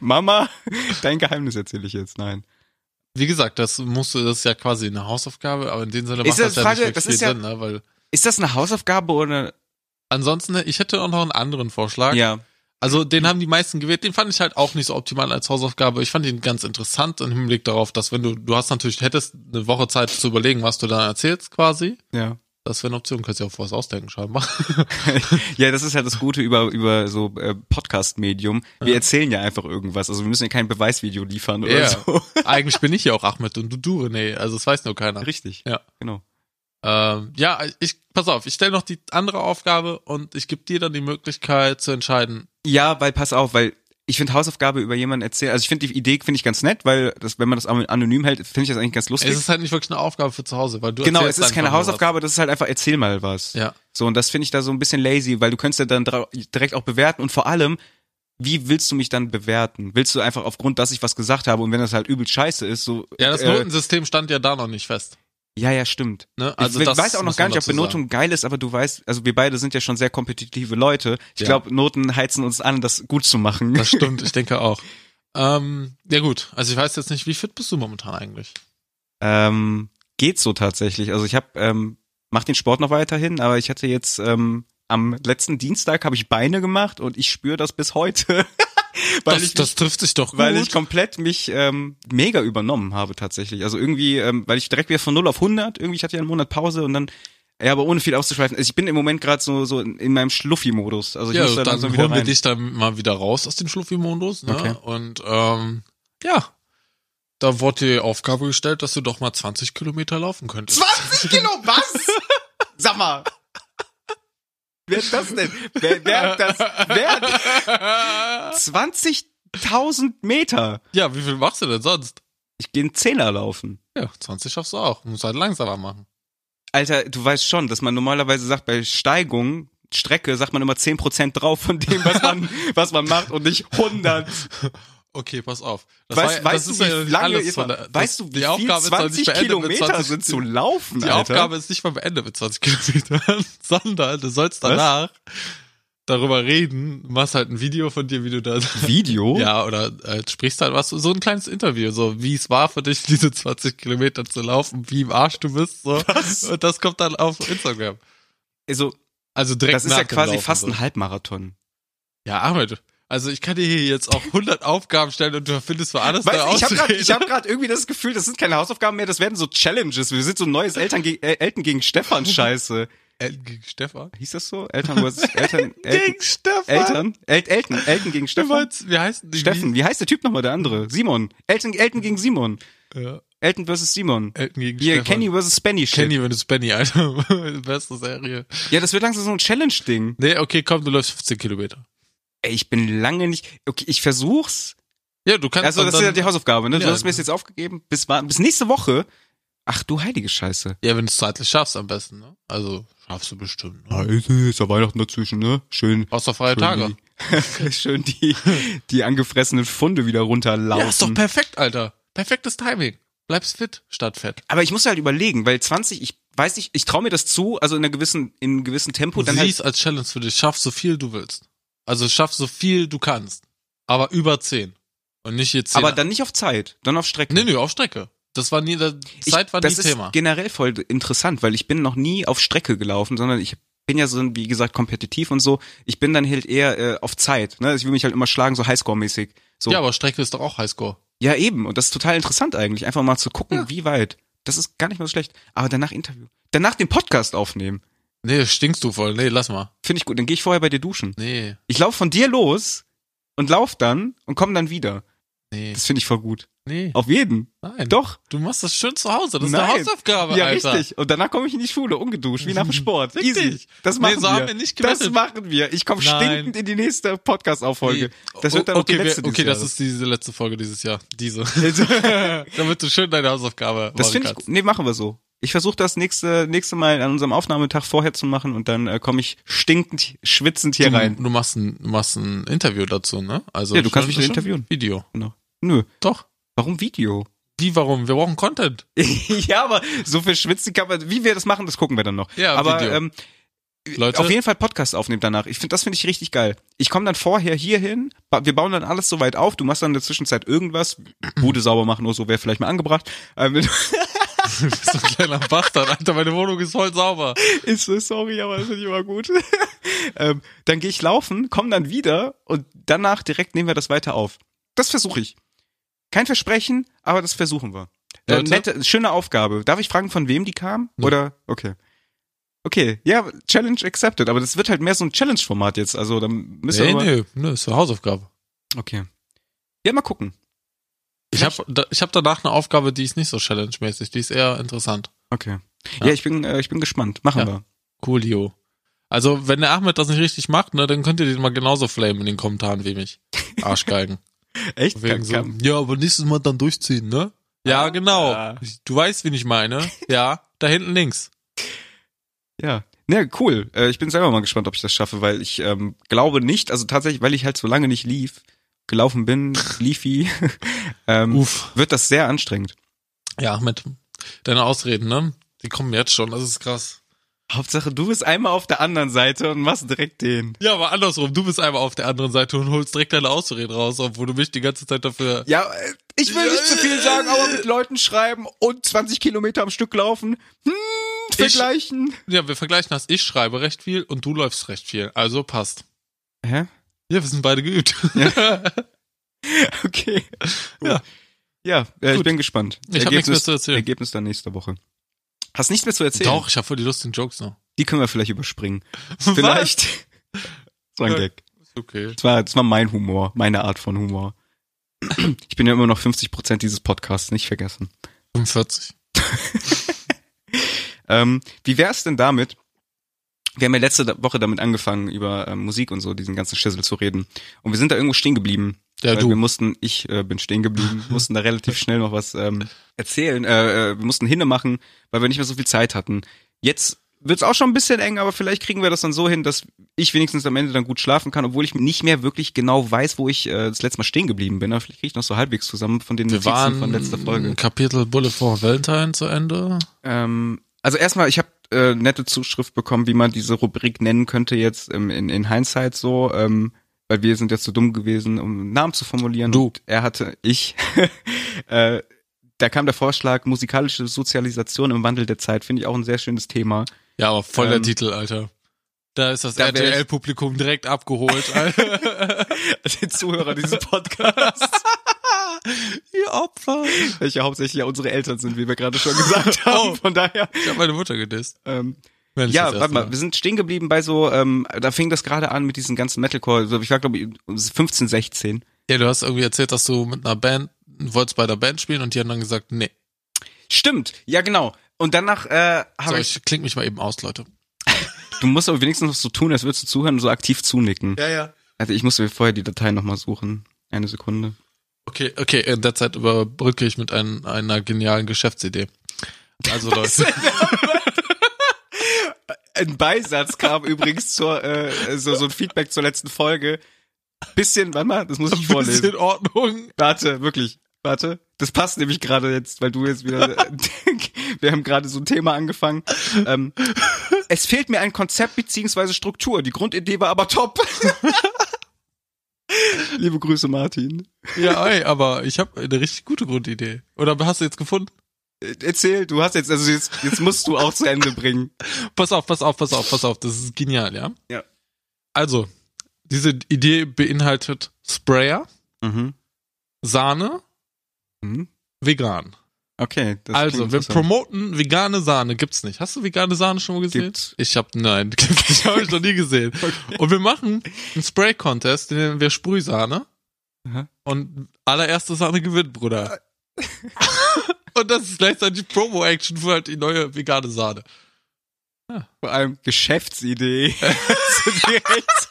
Mama, dein Geheimnis erzähle ich jetzt, nein.
Wie gesagt, das musst du, das ist ja quasi eine Hausaufgabe, aber in dem Sinne
Ist
macht
das
das, ja
Frage-
nicht
das
wirklich
ist
viel
ja-
Sinn, ne? Weil
Ist das eine Hausaufgabe oder?
ansonsten, ne, ich hätte auch noch einen anderen Vorschlag.
Ja.
Also den haben die meisten gewählt, den fand ich halt auch nicht so optimal als Hausaufgabe. Ich fand ihn ganz interessant im Hinblick darauf, dass wenn du, du hast natürlich, hättest eine Woche Zeit zu überlegen, was du da erzählst quasi.
Ja.
Das wäre eine Option, kannst ja auch was ausdenken, scheinbar. (laughs)
ja, das ist halt das Gute über, über so äh, Podcast-Medium. Wir erzählen ja einfach irgendwas. Also wir müssen ja kein Beweisvideo liefern oder
Ja. (laughs)
so.
Eigentlich bin ich ja auch Ahmed und du, du René, also das weiß nur keiner.
Richtig.
Ja.
Genau.
Ähm, ja, ich, pass auf, ich stelle noch die andere Aufgabe und ich gebe dir dann die Möglichkeit zu entscheiden.
Ja, weil pass auf, weil ich finde Hausaufgabe über jemanden erzählen, also ich finde die Idee finde ich ganz nett, weil das, wenn man das anonym hält, finde ich das eigentlich ganz lustig.
Es ist halt nicht wirklich eine Aufgabe für zu Hause, weil du
genau, es
erzählst
ist keine
einfach nur was.
Hausaufgabe, das ist halt einfach erzähl mal was.
Ja.
So, und das finde ich da so ein bisschen lazy, weil du könntest ja dann dra- direkt auch bewerten und vor allem, wie willst du mich dann bewerten? Willst du einfach aufgrund, dass ich was gesagt habe und wenn das halt übel scheiße ist, so.
Ja, das
äh,
Notensystem stand ja da noch nicht fest.
Ja, ja, stimmt.
Ne?
ich
das
weiß auch noch
muss
gar
man
nicht, ob
dazu
Benotung geil ist, aber du weißt, also wir beide sind ja schon sehr kompetitive Leute. Ich
Ja.
glaube, Noten heizen uns an, das gut zu machen.
sagen. Das stimmt, ich denke auch. Ähm, ja gut, also ich weiß jetzt nicht, wie fit bist du momentan eigentlich?
Ähm, geht so tatsächlich. Also ich habe, ähm, mach den Sport noch weiterhin, aber ich hatte jetzt ähm, am letzten Dienstag habe ich Beine gemacht und ich spüre das bis heute, (laughs) weil
das,
ich
das trifft sich doch gut.
weil ich komplett mich ähm, mega übernommen habe tatsächlich. Also irgendwie, ähm, weil ich direkt wieder von 0 auf 100, irgendwie, ich hatte ja einen Monat Pause und dann, ja, aber ohne viel auszuschweifen. Also ich bin im Moment gerade so, so in in meinem Schluffi-Modus. Also ich
ja,
muss da
dann
langsam
holen
wieder
wir
rein.
dich dann mal wieder raus aus dem Schluffi-Modus. Ne?
Okay.
Und ähm, ja, da wurde die Aufgabe gestellt, dass du doch mal 20 Kilometer laufen könntest.
20 Kilo, was? Sag mal. Wer hat das denn? Wer, wer hat das? Wer hat
(laughs)
20.000 Meter?
ja, wie viel machst du denn sonst?
Ich gehe einen Zehner laufen.
Ja, 20 schaffst du auch. Muss halt langsamer machen.
Alter, du weißt schon, dass man normalerweise sagt, bei Steigung, Strecke, sagt man immer 10% drauf von dem, was
(laughs)
man, was man macht und nicht 100.
Okay, pass auf. Das
Weißt,
war-
weißt
das
du,
ist ja
wie
nicht
lange
alles
ist
von
man,
der- das-
weißt du, wie
die
viel
Aufgabe ist doch
20
nicht beendet mit
Kilometer
20
sind zu laufen,
Die
Alter?
Aufgabe ist nicht mal beendet mit 20 (laughs) Kilometern, sondern du sollst
Was?
danach darüber reden, machst halt ein Video von dir, wie du da.
Video?
Ja, oder äh, sprichst halt was, so ein kleines Interview, so wie es war für dich, (laughs) diese 20 Kilometer zu laufen, wie im Arsch du bist, so.
Was?
Und das kommt dann auf Instagram.
Also,
Also (laughs) direkt
das ist
nach
ja
dem
quasi
Laufen,
fast
so.
ein Halbmarathon.
Ja, Ahmed, also ich kann dir hier jetzt
(laughs)
auch 100 Aufgaben stellen und du findest für alles
Weißt du, ich habe
Ausrede.
gerade hab grad irgendwie das Gefühl, das sind keine Hausaufgaben mehr, das werden so Challenges. Wir sind so neues Eltern, ge äh, Eltern gegen
(laughs)
Stefan Scheiße.
Elton gegen Stefan.
Hieß das so? Eltern versus
(laughs)
Eltern Eltern
Stefan.
Eltern El Eltern Eltern gegen
Du
Stefan.
meinst, wie heißt denn die?
Steffen, wie heißt der Typ nochmal der andere? Simon. Elton Elton gegen Simon.
Ja,
Elton versus Simon.
Elton gegen
Hier
Stefan.
Kenny versus Spenny shit.
Kenny, wenn du Spenny, Alter. (laughs) Beste Serie.
Ja, das wird langsam so ein Challenge Ding.
Nee, okay, komm, du läufst 15 Kilometer.
Ey, ich bin lange nicht okay, ich versuch's.
Ja, du kannst
Also,
dann,
das ist ja die Hausaufgabe, ne? Du
Ja.
hast mir das jetzt aufgegeben. Bis wa- bis nächste Woche. Ach du heilige Scheiße.
ja, wenn du es zeitlich schaffst am besten, ne? Also, schaffst du bestimmt. Ne?
ist, ist ja Weihnachten dazwischen, ne? Schön.
Brauchst doch freie Tage.
Die, (laughs) schön die, die angefressenen Funde wieder runterlaufen.
Ja, ist doch perfekt, Alter. Perfektes Timing. Bleibst fit statt fett.
Aber ich muss halt überlegen, weil 20, ich weiß nicht, ich traue mir das zu, also in einer gewissen, in einem gewissen Tempo,
Du
dann halt,
siehst als Challenge für dich, schaff so viel du willst. Also, schaff so viel du kannst. Aber über 10. Und nicht jetzt 10.
aber dann nicht auf Zeit, dann auf Strecke.
nee, nee, auf Strecke. Das war nie, das,
ich,
Zeit war nie
das ist
Thema.
generell voll interessant, weil ich bin noch nie auf Strecke gelaufen, sondern ich bin ja so, wie gesagt, kompetitiv und so. Ich bin dann halt eher äh, auf Zeit, ne? Ich will mich halt immer schlagen, so Highscore-mäßig. So.
Ja,
Ja,
aber Strecke ist doch auch Highscore.
eben. Und das ist total interessant eigentlich, einfach mal zu gucken,
Ja.
wie weit. Das ist gar nicht mal so schlecht. Aber danach Interview. Danach den Podcast aufnehmen.
Nee, stinkst du voll. Nee, lass mal.
Finde ich gut. Dann gehe ich vorher bei dir duschen.
Nee.
Ich laufe von dir los und lauf dann und komm dann wieder.
Nee.
Das finde ich voll gut.
Nee.
Auf jeden.
Nein.
Oh, Doch.
Du machst das schön zu Hause. Das
Nein.
ist eine Hausaufgabe,
Ja,
Alter.
richtig. Und danach komme ich in die Schule, ungeduscht, wie nach dem
(laughs)
Sport.
Richtig.
Easy. Das
Nee,
machen
so
wir.
haben wir nicht
das
gewettet.
machen wir. Ich komme
Nein.
stinkend in die nächste Podcast-Auffolge.
Nee.
Das wird dann
O-
auch die
okay,
letzte
wir, okay,
dieses
das ist diese letzte Folge dieses Jahr. Diese.
Also,
(laughs) Damit du schön deine Hausaufgabe
(laughs) das
machen
finde ich
kannst.
gut. Nee, machen wir so. Ich versuche das nächste, nächste Mal an unserem Aufnahmetag vorher zu machen und dann äh, komme ich stinkend, schwitzend hier rein.
Du, du machst ein, du machst ein Interview dazu, ne? Also
Ja, du kannst mich
schon-
dann
schon
interviewen.
Video.
Genau. Nö.
Doch.
Warum Video? (laughs)
Wie, warum? Wir brauchen Content.
ja, aber so viel schwitzen kann man. Wie wir das machen, das gucken wir dann noch.
Ja,
aber
Video.
ähm,
Leute.
auf jeden Fall Podcast aufnehmen danach. Ich finde, das finde ich richtig geil. Ich komme dann vorher hierhin, ba- wir bauen dann alles soweit auf, du machst dann in der Zwischenzeit
(clears throat)
irgendwas, Bude sauber machen oder so, wäre vielleicht mal angebracht. Ähm,
(laughs)
(laughs)
du bist so ein kleiner Bastard, Alter. Meine Wohnung ist voll sauber.
ist so sorry, aber das ist nicht immer gut. (laughs) ähm, dann gehe ich laufen, komme dann wieder und danach direkt nehmen wir das weiter auf. Das versuche ich. Kein Versprechen, aber das versuchen wir. Äh,
Leute?
nette, schöne Aufgabe. Darf ich fragen, von wem die kam?
ne? Ja.
Oder okay. Okay, ja, Challenge accepted, aber das wird halt mehr so ein Challenge-Format jetzt. Also dann müssen
Nee,
wir. mal-
nee, nee, ist eine Hausaufgabe.
Okay. Ja, mal gucken.
Ich habe ich hab danach eine Aufgabe, die ist nicht so challenge-mäßig, die ist eher interessant.
Okay. Ja,
Ja.
ich bin, äh, ich bin gespannt. Machen
Ja.
wir.
Coolio. Also, wenn der Ahmed das nicht richtig macht, ne, dann könnt ihr den mal genauso flamen in den Kommentaren wie mich. Arschgeigen.
Echt? (laughs)
Wegen
Kann,
so,
kann.
ja, aber nächstes Mal dann durchziehen, ne? Ja,
Ah.
genau. Du weißt, wen ich meine. Ja, da hinten
(laughs)
links.
Ja. Na, cool. Äh, ich bin selber mal gespannt, ob ich das schaffe, weil ich ähm, glaube nicht, also tatsächlich, weil ich halt so lange nicht lief, gelaufen (laughs) bin, liefi, ähm,
Uff.
wird das sehr anstrengend.
Ja, Ahmed, deine Ausreden, ne? Die kommen jetzt schon, das ist krass.
Hauptsache, du bist einmal auf der anderen Seite und machst direkt den.
Ja, aber andersrum, du bist einmal auf der anderen Seite und holst direkt deine Ausreden raus, obwohl du mich die ganze Zeit dafür...
Ja, äh, ich will nicht zu viel sagen, aber (laughs) mit Leuten schreiben und 20 Kilometer am Stück laufen, hm, vergleichen.
Ja, wir vergleichen das. Ich schreibe recht viel und du läufst recht viel, also passt.
Hä?
Ja, wir sind beide geübt. (laughs)
(laughs) Okay.
Ja.
Ja, äh, ich
Gut.
bin gespannt.
Ich hab nichts mehr zu erzählen.
Ergebnis dann nächste Woche. Hast nichts mehr zu erzählen?
Doch, ich habe voll die Lust, den Jokes noch.
Die können wir vielleicht
(laughs)
überspringen. Vielleicht. Das war ein
Ja.
Gag.
Was? Okay.
Das war, das war mein Humor, meine Art von Humor. (clears throat) Ich bin ja immer noch 50% dieses Podcasts, nicht vergessen.
45.
Ähm, wie wär's denn damit? Wir haben ja letzte da- Woche damit angefangen, über ähm, Musik und so, diesen ganzen Schissel zu reden. Und wir sind da irgendwo stehen geblieben.
Ja,
Weil Wir
du.
mussten, ich äh, bin stehen
(laughs)
geblieben, mussten da relativ schnell noch was ähm, erzählen. Äh, äh, wir mussten hinne machen, weil wir nicht mehr so viel Zeit hatten. Jetzt wird's auch schon ein bisschen eng, aber vielleicht kriegen wir das dann so hin, dass ich wenigstens am Ende dann gut schlafen kann, obwohl ich nicht mehr wirklich genau weiß, wo ich äh, das letzte Mal stehen geblieben bin. Aber vielleicht kriege ich noch so halbwegs zusammen von den
Wir
Notizen
waren
von letzter Folge.
Kapitel Bulle vor Valentine zu Ende.
Ähm, also erstmal, ich habe äh, nette Zuschrift bekommen, wie man diese Rubrik nennen könnte jetzt ähm, in, in Hindsight so, ähm, weil wir sind jetzt so dumm gewesen, um einen Namen zu formulieren.
Du.
Und er hatte, ich. (laughs) äh, da kam der Vorschlag, musikalische Sozialisation im Wandel der Zeit, finde ich auch ein sehr schönes
(laughs)
Thema.
Ja, aber voll der
Ähm,
Titel, Alter. Da ist das
da wär ich-
RTL-Publikum direkt
(laughs)
abgeholt. Alter.
Den Zuhörer dieses (laughs) Podcasts,
Ihr Opfer. Ich
welche hauptsächlich ja unsere Eltern sind, wie wir gerade schon gesagt haben.
(laughs) Oh.
Von daher.
habe meine Mutter gedisst.
Ähm,
Wenn ich
Ja,
das
warte
erste
mal, wir sind stehen geblieben bei so, ähm, da fing das gerade an mit diesen ganzen Metalcore, also ich war glaube ich 15, 16.
Ja, du hast irgendwie erzählt, dass du mit einer Band, wolltest bei der Band spielen und die haben dann gesagt, nee.
Stimmt, ja genau. Und danach äh,
So,
habe ich,
ich kling mich mal eben aus, Leute.
du musst aber wenigstens noch so tun, als würdest du zuhören und so aktiv zunicken.
Ja, ja.
Also ich musste mir vorher die Datei nochmal suchen. Eine Sekunde.
Okay, okay, in der Zeit überbrücke ich mit ein, einer genialen Geschäftsidee. (laughs) Also Leute,
Ein Beisatz kam (laughs) übrigens zur, äh, so, so ein Feedback zur letzten Folge. Bisschen, warte mal, das muss ich
ein
vorlesen.
bisschen Ordnung.
Warte, wirklich. Warte. Das passt nämlich gerade jetzt, weil du jetzt wieder. äh, (laughs) wir haben gerade so ein Thema angefangen. Ähm, es fehlt mir ein Konzept beziehungsweise Struktur. Die Grundidee war aber top. (laughs) Liebe Grüße, Martin.
Ja, ey, aber ich habe eine richtig gute Grundidee. Oder hast du jetzt gefunden?
Äh, Erzähl, du hast jetzt, also jetzt, jetzt musst du auch zu Ende bringen.
Pass auf, pass auf, pass auf, pass auf. Das ist genial, ja?
Ja.
Also, diese Idee beinhaltet Sprayer,
Mhm.
Sahne,
Mhm.
vegan.
Okay. Das
also,
klingt
wir
interessant.
promoten vegane Sahne. Gibt's nicht. Hast du vegane Sahne schon mal gesehen?
Gibt's.
Ich hab, nein, (laughs) gibt's nicht. Habe ich noch nie gesehen. Und wir machen einen Spray-Contest, in dem wir Sprühsahne
Aha.
Und allererste Sahne gewinnt, Bruder.
(laughs)
Und das ist gleichzeitig Promo-Action für halt die neue vegane Sahne.
Vor allem Geschäftsidee. (laughs) also direkt.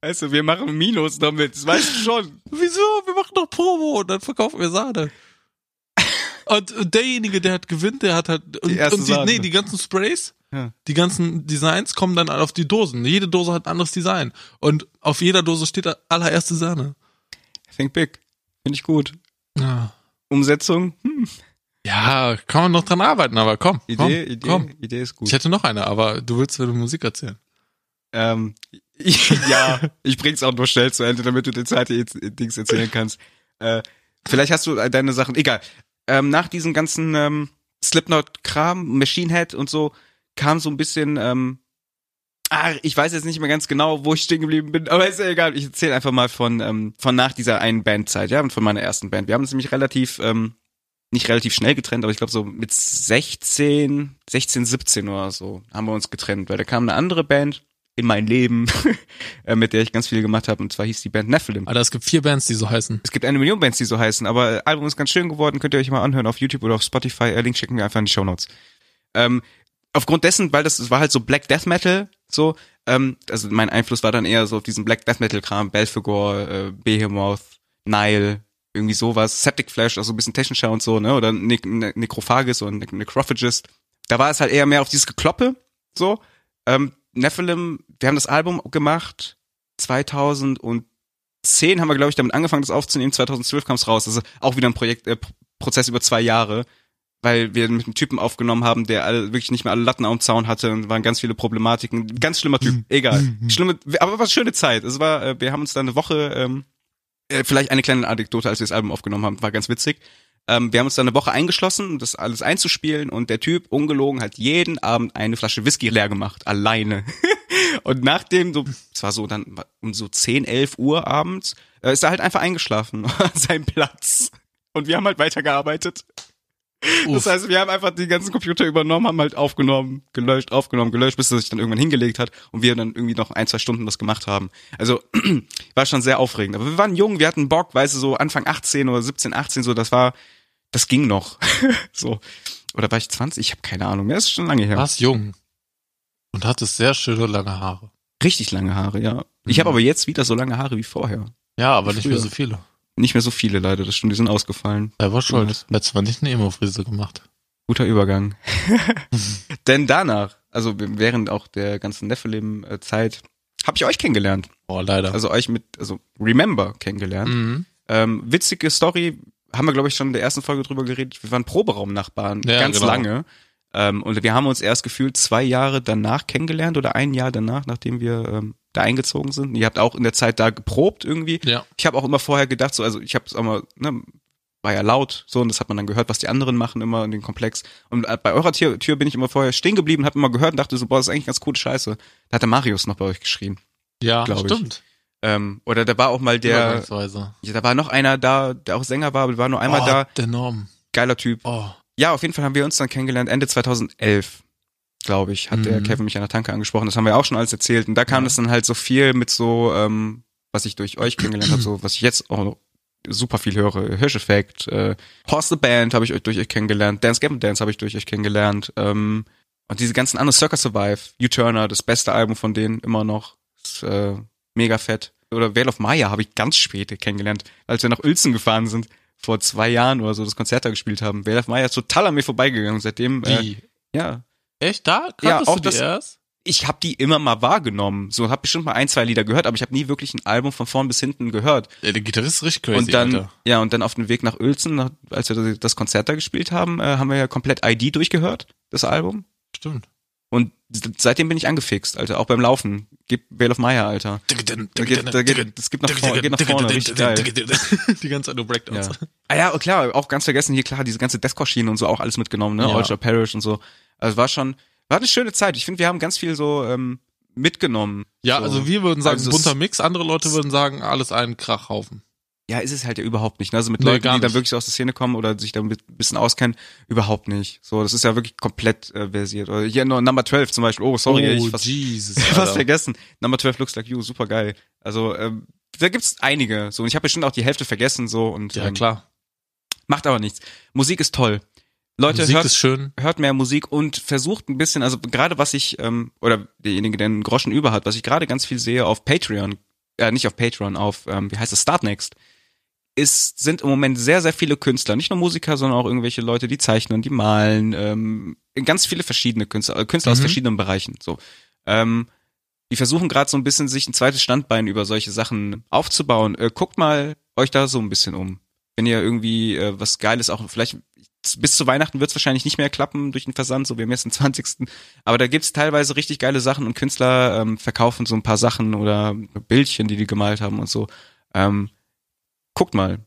Also, wir machen Minus damit, das weißt du schon.
Wieso? Wir machen doch Promo und dann verkaufen wir
(laughs)
Sahne. Und und derjenige, der hat gewinnt, der hat halt. Und,
erste
und die,
Sahne.
nee, die ganzen Sprays,
Ja.
die ganzen Designs kommen dann auf die Dosen. Jede Dose hat ein anderes Design. Und auf jeder Dose steht da allererste Sahne.
Think big. Finde ich gut.
Ja.
Umsetzung? Hm.
ja, kann man noch dran arbeiten, aber komm. komm,
Idee, Idee,
Komm.
Idee ist
Ich
gut.
hätte noch eine, aber du willst über die Musik erzählen.
Ähm, (laughs) ja, ich bring's auch nur schnell zu Ende, damit du den zweiten Iz- Dings erzählen kannst. Äh, vielleicht hast du äh, deine Sachen, egal. Ähm, nach diesem ganzen ähm, Slipknot-Kram, Machine Head und so, kam so ein bisschen, ähm, ah, ich weiß jetzt nicht mehr ganz genau, wo ich stehen geblieben bin, aber ist ja egal. Ich erzähle einfach mal von, ähm, von nach dieser einen Bandzeit, ja, und von meiner ersten Band. Wir haben uns nämlich relativ, ähm, nicht relativ schnell getrennt, aber ich glaube so mit 16, 16, 17 oder so haben wir uns getrennt, weil da kam eine andere Band in mein Leben, (laughs) äh, mit der ich ganz viel gemacht habe, und zwar hieß die Band Nephilim.
Alter, es gibt vier Bands, die so heißen.
Es gibt eine Million Bands, die so heißen, aber äh, Album ist ganz schön geworden, könnt ihr euch mal anhören auf YouTube oder auf Spotify. Äh, Link schicken wir einfach in die Shownotes. Ähm, aufgrund dessen, weil das, das war halt so Black Death Metal, so, ähm, also mein Einfluss war dann eher so auf diesen Black Death Metal Kram, Belphegor, äh, Behemoth, Nile, irgendwie sowas, Septic Flash, also ein bisschen technischer und so, ne, oder ne ne Necrophagus und ne Necrophagist. Da war es halt eher mehr auf dieses Gekloppe, so. Ähm, Nephilim, wir haben das Album gemacht, 2010 haben wir, glaube ich, damit angefangen, das aufzunehmen. 2012 kam es raus. Also auch wieder ein Projekt, äh, Pro- Prozess über zwei Jahre, weil wir mit einem Typen aufgenommen haben, der alle, wirklich nicht mehr alle Latten am Zaun hatte und waren ganz viele Problematiken. Ganz schlimmer Typ, egal. Schlimme, aber was schöne Zeit. Es war, äh, wir haben uns da eine Woche, ähm, äh, vielleicht eine kleine Anekdote, als wir das Album aufgenommen haben, war ganz witzig. Ähm, wir haben uns da eine Woche eingeschlossen, um das alles einzuspielen und der Typ, ungelogen, hat jeden Abend eine Flasche Whisky leer gemacht, alleine. und nachdem, so, es war so dann um so 10, 11 Uhr abends, äh, ist er halt einfach eingeschlafen (laughs) an seinem Platz. Und wir haben halt weitergearbeitet.
Uff.
Das heißt, wir haben einfach den ganzen Computer übernommen, haben halt aufgenommen, gelöscht, aufgenommen, gelöscht, bis er sich dann irgendwann hingelegt hat und wir dann irgendwie noch ein, zwei Stunden was gemacht haben. Also (clears throat) war schon sehr aufregend. Aber wir waren jung, wir hatten Bock, weißt du, so Anfang 18 oder 17, 18, so, das war, das ging noch. (laughs) so. Oder war ich 20? Ich habe keine Ahnung mehr, das ist schon lange her.
warst jung und hattest sehr schöne lange Haare.
Richtig lange Haare, ja. Ich habe aber jetzt wieder so lange Haare wie vorher.
Ja, aber nicht mehr
Früher.
so viele.
Nicht mehr so viele leider, das stimmt, die sind ausgefallen.
Wer war schuld?
Nice.
Letztes Mal nicht eine Emo-Frise gemacht.
Guter
(laughs)
Übergang. Denn danach, also während auch der ganzen Nephilim-Zeit, habe ich euch kennengelernt.
Boah, leider.
Also euch mit, also Remember kennengelernt.
mhm.
Ähm, witzige Story, haben wir, glaube ich, schon in der ersten Folge drüber geredet. Wir waren Proberaumnachbarn,
Ja,
ganz
genau.
lange. Ähm, und wir haben uns erst gefühlt zwei Jahre danach kennengelernt oder ein Jahr danach, nachdem wir ähm, da eingezogen sind. Ihr habt auch in der Zeit da geprobt irgendwie.
Ja.
Ich habe auch immer vorher gedacht, so, also ich habe es auch mal, ne, war ja laut, so, und das hat man dann gehört, was die anderen machen immer in den Komplex. Und äh, bei eurer Tür, Tür bin ich immer vorher stehen geblieben, hab immer gehört und dachte so, boah, das ist eigentlich ganz coole Scheiße. Da hat der Marius noch bei euch geschrien.
Ja,
glaub ich.
stimmt.
Ähm, oder da war auch mal der,
Übergangsweise.
ja, da war noch einer da, der auch Sänger war, aber war nur einmal
oh,
da,
Der Norm.
geiler Typ.
Oh.
Ja, auf jeden Fall haben wir uns dann kennengelernt, Ende 2011, glaube ich, hat der
Mhm.
Kevin mich an der Tanke angesprochen, das haben wir auch schon alles erzählt. Und da kam
Ja.
das dann halt so viel mit so, ähm, was ich durch euch kennengelernt habe, so was ich jetzt auch noch super viel höre, Hirscheffekt, äh, Horse the Band habe ich euch durch euch kennengelernt, Dance Gavin Dance habe ich durch euch kennengelernt, ähm, und diese ganzen anderen Circus Survive, U-Turner, das beste Album von denen immer noch, ist, äh, mega fett. Oder Vale of Maya habe ich ganz spät kennengelernt, als wir nach Uelzen gefahren sind, vor zwei Jahren oder so das Konzert da gespielt haben. Vale of Maya ist total an mir vorbeigegangen, seitdem, äh,
Wie?
ja.
Echt da? Kanntest
Ja, auch
du die
das-
erst?
Ich habe die immer mal wahrgenommen. So, habe bestimmt mal ein, zwei Lieder gehört, aber ich habe nie wirklich ein Album von vorn bis hinten gehört.
Ja, der Gitarrist ist richtig crazy,
und dann,
Alter.
ja, und dann auf dem Weg nach Uelzen, nach, als wir das Konzert da gespielt haben, äh, haben wir ja komplett ID durchgehört, das Album.
Stimmt.
Und s- seitdem bin ich angefixt, Alter, auch beim Laufen. Gib Vale of Maya, Alter. Da geht, da geht, es gibt nach vorne, geht nach vorne, richtig geil.
(laughs) Die ganze Zeit nur Breakdowns.
Ja. Ah ja, und klar, auch ganz vergessen hier klar diese ganze Deathcore-Schiene und so auch alles mitgenommen, ne?
Ja.
Ultra Parish und so. Also war schon, war eine schöne Zeit. Ich finde, wir haben ganz viel so ähm, mitgenommen.
Ja,
so.
also wir würden sagen,
Also es-
bunter Mix, andere Leute würden sagen, alles ein Krachhaufen.
Ja, ist es halt ja überhaupt nicht. Ne? Also mit
Nee,
Leuten,
gar
die dann
nicht.
wirklich so aus der Szene kommen oder sich da ein bi- bisschen auskennen, überhaupt nicht. So, das ist ja wirklich komplett äh, versiert. Oder hier noch Number 12 zum Beispiel. Oh, sorry,
oh,
ich (laughs) fast,
Jesus.
fast
Alter.
vergessen. Number 12 looks like you, super geil. Also ähm, da gibt's einige. So, und ich habe bestimmt auch die Hälfte vergessen so und
Ja,
ähm,
klar.
macht aber nichts. Musik ist toll. Leute,
Musik
hört,
ist schön.
hört mehr Musik und versucht ein bisschen, also gerade was ich, ähm, oder derjenige, der einen Groschen über hat, was ich gerade ganz viel sehe auf Patreon, äh, nicht auf Patreon, auf, ähm, wie heißt es, Startnext, ist, sind im Moment sehr, sehr viele Künstler, nicht nur Musiker, sondern auch irgendwelche Leute, die zeichnen, die malen, ähm, ganz viele verschiedene Künstler, äh, Künstler aus
Mhm.
verschiedenen Bereichen, so. Ähm, die versuchen gerade so ein bisschen, sich ein zweites Standbein über solche Sachen aufzubauen. Äh, guckt mal euch da so ein bisschen um. Wenn ihr irgendwie äh, was Geiles auch, vielleicht bis zu Weihnachten wird es wahrscheinlich nicht mehr klappen durch den Versand, so wir haben jetzt den 20. Aber da gibt's teilweise richtig geile Sachen und Künstler ähm, verkaufen so ein paar Sachen oder Bildchen, die die gemalt haben und so. Ähm, guckt mal.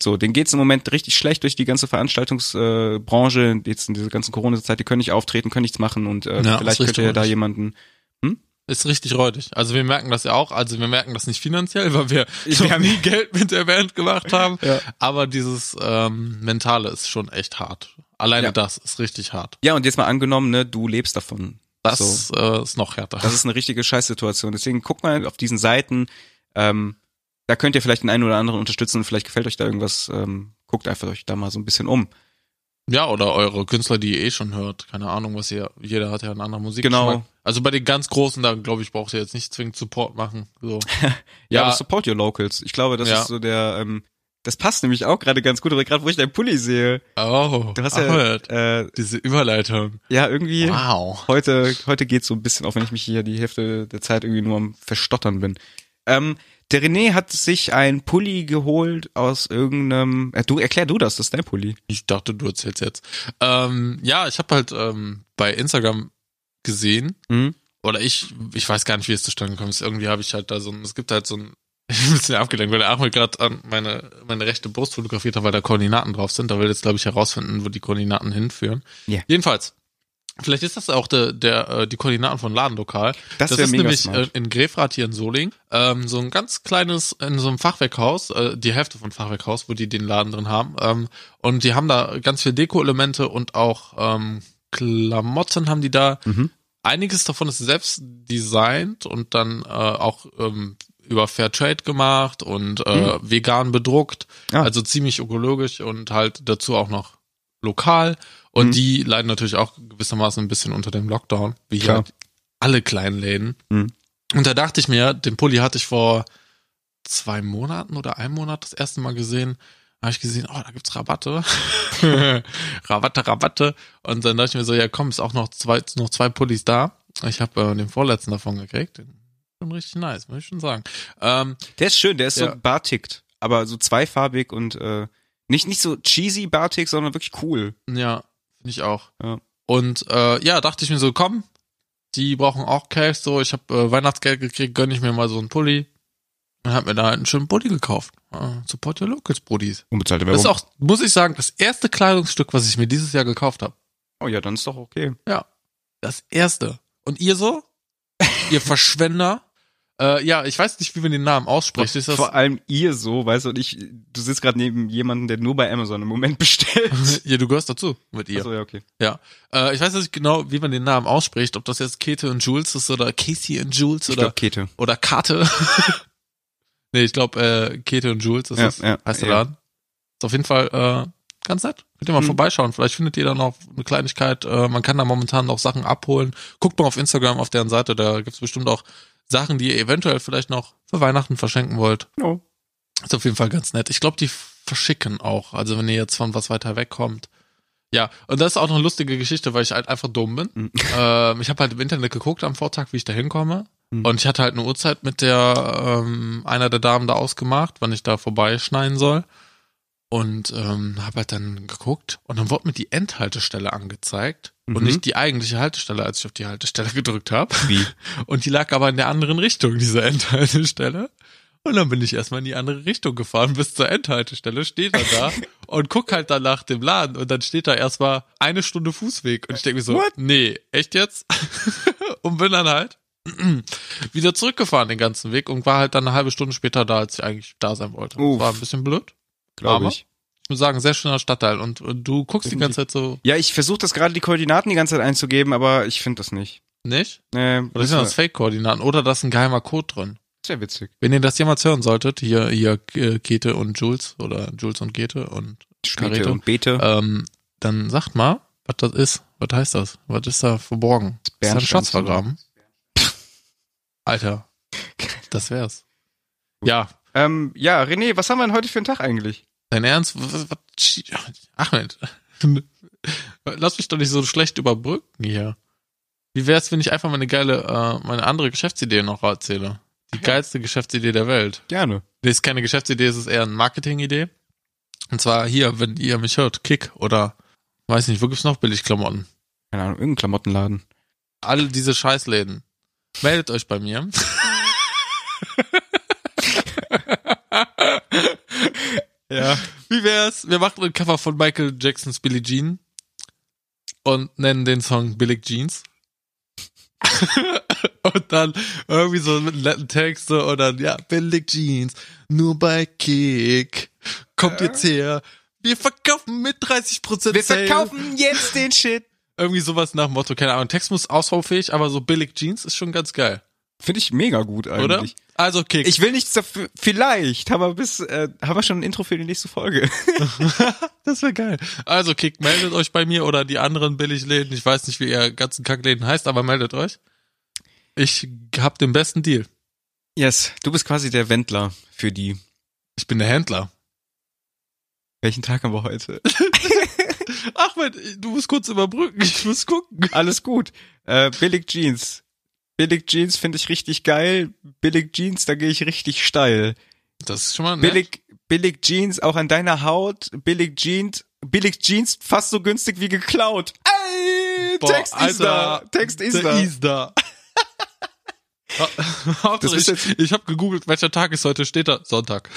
So, denen geht's im Moment richtig schlecht durch die ganze Veranstaltungsbranche, äh, Branche, jetzt in dieser ganzen Corona-Zeit, die können nicht auftreten, können nichts machen und äh,
Ja,
vielleicht
ist
könnt ihr da
richtig.
jemanden
Ist richtig räudig. Also wir merken das ja auch. Also wir merken das nicht finanziell, weil
(laughs)
wir
Ich- wir
noch
haben-
nie Geld mit der Band gemacht haben.
Ja.
Aber dieses ähm, Mentale ist schon echt hart. Alleine
Ja.
das ist richtig hart.
Ja, und jetzt mal angenommen, ne, du lebst davon.
Das
So.
äh, ist noch härter.
Das ist eine richtige Scheißsituation. Deswegen guck mal auf diesen Seiten. Ähm, da könnt ihr vielleicht den einen oder anderen unterstützen und vielleicht gefällt euch da irgendwas. Ähm, guckt einfach euch da mal so ein bisschen um.
Ja, oder eure Künstler, die ihr eh schon hört. Keine Ahnung, was ihr, jeder hat ja einen anderen Musik.
Genau.
Also bei den ganz Großen, da glaube ich, braucht ihr jetzt nicht zwingend Support machen. So.
(laughs) Ja,
Ja.
aber support your locals. Ich glaube, das
Ja.
ist so der. Ähm, das passt nämlich auch gerade ganz gut, aber gerade wo ich deinen Pulli sehe.
Oh,
Du hast ja, äh,
Diese Überleitung.
ja irgendwie.
Wow.
Heute, heute geht's so ein bisschen, auch wenn ich mich hier die Hälfte der Zeit irgendwie nur am Verstottern bin. Ähm, der René hat sich ein Pulli geholt aus irgendeinem. Äh, du erklär du das, das ist dein Pulli.
Ich dachte, du erzählst jetzt. Ähm, ja, ich habe halt ähm, bei Instagram gesehen,
Mhm.
oder ich, ich weiß gar nicht, wie es zustande gekommen ist. Irgendwie habe ich halt da so ein, es gibt halt so ein, (laughs) ich bin ein bisschen abgelenkt, weil der Ahmed gerade an meine, meine rechte Brust fotografiert hat, weil da Koordinaten drauf sind. Da will jetzt, glaube ich, herausfinden, wo die Koordinaten hinführen.
Ja.
Jedenfalls, vielleicht ist das auch der, der, äh, die Koordinaten von Ladenlokal.
Das,
Das,
wär
ist
mega
nämlich äh,
smart.
in Grefrath hier in Soling, ähm, so ein ganz kleines, in so einem Fachwerkhaus, äh, die Hälfte von Fachwerkhaus, wo die den Laden drin haben. Ähm, und die haben da ganz viele Deko-Elemente und auch ähm, Klamotten haben die da.
Mhm.
Einiges davon ist selbst designt und dann äh, auch ähm, über Fairtrade gemacht und äh, vegan bedruckt.
Mhm. Ah.
Also ziemlich ökologisch und halt dazu auch noch lokal. Und
Mhm.
die leiden natürlich auch gewissermaßen ein bisschen unter dem Lockdown, wie hier
Klar.
halt alle kleinen Läden.
Mhm.
Und da dachte ich mir, den Pulli hatte ich vor zwei Monaten oder einem Monat das erste Mal gesehen. Da habe ich gesehen, oh, da gibt's Rabatte. (laughs) Rabatte, Rabatte. Und dann dachte ich mir so, ja komm, ist auch noch zwei, noch zwei Pullis da. Ich habe äh, den vorletzten davon gekriegt. Den schon richtig nice, muss ich schon sagen. Ähm,
Der ist schön, der ist
Ja.
so bartickt, aber so zweifarbig und äh, nicht, nicht so cheesy bartig, sondern wirklich cool.
Ja, finde ich auch.
Ja.
Und äh, ja, dachte ich mir so, komm, die brauchen auch Cash, so ich habe äh, Weihnachtsgeld gekriegt, gönn ich mir mal so einen Pulli. Und hab mir da halt einen schönen Pulli gekauft. Äh, support your locals, Brudis.
Unbezahlte
Das ist auch, muss ich sagen, das erste Kleidungsstück, was ich mir dieses Jahr gekauft habe.
oh ja, dann ist doch okay.
Das erste. Und ihr so? (laughs) ihr Verschwender? Äh, ja, ich weiß nicht, wie man den Namen ausspricht. Ist das,
Vor allem ihr so, weißt du, und ich, du sitzt gerade neben jemandem, der nur bei Amazon im Moment (laughs) bestellt.
(laughs) ja, du gehörst dazu mit ihr.
Achso, ja, okay.
Äh, ich weiß nicht genau, wie man den Namen ausspricht, ob das jetzt Kete und Jules ist oder Casey und Jules
Ich
oder
glaub, Kete.
oder Kate. (laughs) nee, ich glaube, äh, Kete und Jules, das
Ja,
ist,
ja,
heißt der
ja.
Laden. Ist auf jeden Fall äh, ganz nett. Könnt ihr mal
Mhm.
vorbeischauen. Vielleicht findet ihr da noch eine Kleinigkeit. Äh, man kann da momentan noch Sachen abholen. Guckt mal auf Instagram auf deren Seite. Da gibt's bestimmt auch Sachen, die ihr eventuell vielleicht noch für Weihnachten verschenken wollt.
No.
Ist auf jeden Fall ganz nett. Ich glaube, die verschicken auch. Also wenn ihr jetzt von was weiter wegkommt. Ja, und das ist auch noch eine lustige Geschichte, weil ich halt einfach dumm bin.
Mhm.
(laughs) Ähm, ich habe halt im Internet geguckt am Vortag, wie ich da hinkomme.
Mhm.
Und ich hatte halt eine Uhrzeit mit der ähm, einer der Damen da ausgemacht, wann ich da vorbeischneiden soll. Und ähm, habe halt dann geguckt und dann wurde mir die Endhaltestelle angezeigt und
Mhm.
nicht die eigentliche Haltestelle, als ich auf die Haltestelle (laughs) gedrückt habe.
Wie?
Und die lag aber in der anderen Richtung, diese Endhaltestelle. Und dann bin ich erstmal in die andere Richtung gefahren, bis zur Endhaltestelle, steht er
(laughs)
da und guck halt dann nach dem Laden und dann steht da erstmal eine Stunde Fußweg und ich denke mir so,
What?
nee, echt jetzt? (laughs) und bin dann halt (clears throat) wieder zurückgefahren den ganzen Weg und war halt dann eine halbe Stunde später da, als ich eigentlich da sein wollte.
Uff.
War ein bisschen blöd.
Glaube
Aber-
ich.
Ich muss sagen, sehr schöner Stadtteil und, und du guckst die ganze Zeit so,
Ja, ich versuche das gerade die Koordinaten die ganze Zeit einzugeben, aber ich finde das nicht.
nicht?
Ähm,
Oder sind das
das
Fake-Koordinaten? Oder da ist ein geheimer Code drin?
Sehr witzig.
Wenn ihr das jemals hören solltet, hier, hier äh, Kete und Jules oder Jules und Kete und
Schmiede
Carito.
und Beete.
ähm, dann sagt mal, was das ist. Was heißt das? Was ist da verborgen? Ist da ein Schatz
Bernsteinzimmer.
vergraben? Alter, das wär's.
Gut.
Ja,
Ähm, ja, René, was haben wir denn heute für einen Tag eigentlich?
dein Ernst? Was, was, Ahmed, (laughs) lass mich doch nicht so schlecht überbrücken hier. Wie wär's, wenn ich einfach meine geile, äh, meine andere Geschäftsidee noch erzähle? Die geilste Geschäftsidee der Welt.
Gerne.
Nee, ist keine Geschäftsidee, es ist eher eine Marketingidee. Und zwar hier, wenn ihr mich hört, Kick oder weiß nicht, wo gibt's noch billig Klamotten?
Keine Ahnung, irgendein Klamottenladen.
Alle diese Scheißläden. Meldet euch bei mir.
(laughs) Ja.
Wie wär's? Wir machen ein Cover von Michael Jacksons Billie Jean und nennen den Song Billig Jeans. (laughs) und dann irgendwie so mit netten Texte und dann, ja, Billig Jeans, nur bei Kick. Kommt jetzt her. Wir verkaufen mit 30%
Wir
Sale.
verkaufen jetzt den Shit.
Irgendwie sowas nach dem Motto, keine Ahnung. Text muss ausbaufähig, aber so billig Jeans ist schon ganz geil,
Finde ich mega gut eigentlich.
oder? Also Kick.
Ich will nichts dafür. Vielleicht haben wir bis, äh, haben wir schon ein Intro für die nächste Folge.
das wäre geil. Also Kick, meldet euch bei mir oder die anderen Billigläden. Ich weiß nicht, wie ihr ganzen Kackläden heißt, aber meldet euch. Ich hab den besten Deal.
(laughs) Yes, du bist quasi der Wendler für die.
Ich bin der Händler.
Welchen Tag haben wir heute?
Ahmed, du musst kurz überbrücken. Ich muss gucken.
Alles gut. Äh, billig Jeans. Billig Jeans finde ich richtig geil. Billig Jeans, da gehe ich richtig steil.
Das ist schon mal nett.
Billig, billig Jeans auch an deiner Haut. Billig Jeans, billig Jeans fast so günstig wie geklaut. Ey,
Boah,
Text ist da.
Alter,
Text ist
der
da. (laughs)
Is da.
Das ist
Hauptsache, ich ich habe gegoogelt, welcher Tag ist heute. Steht da Sonntag.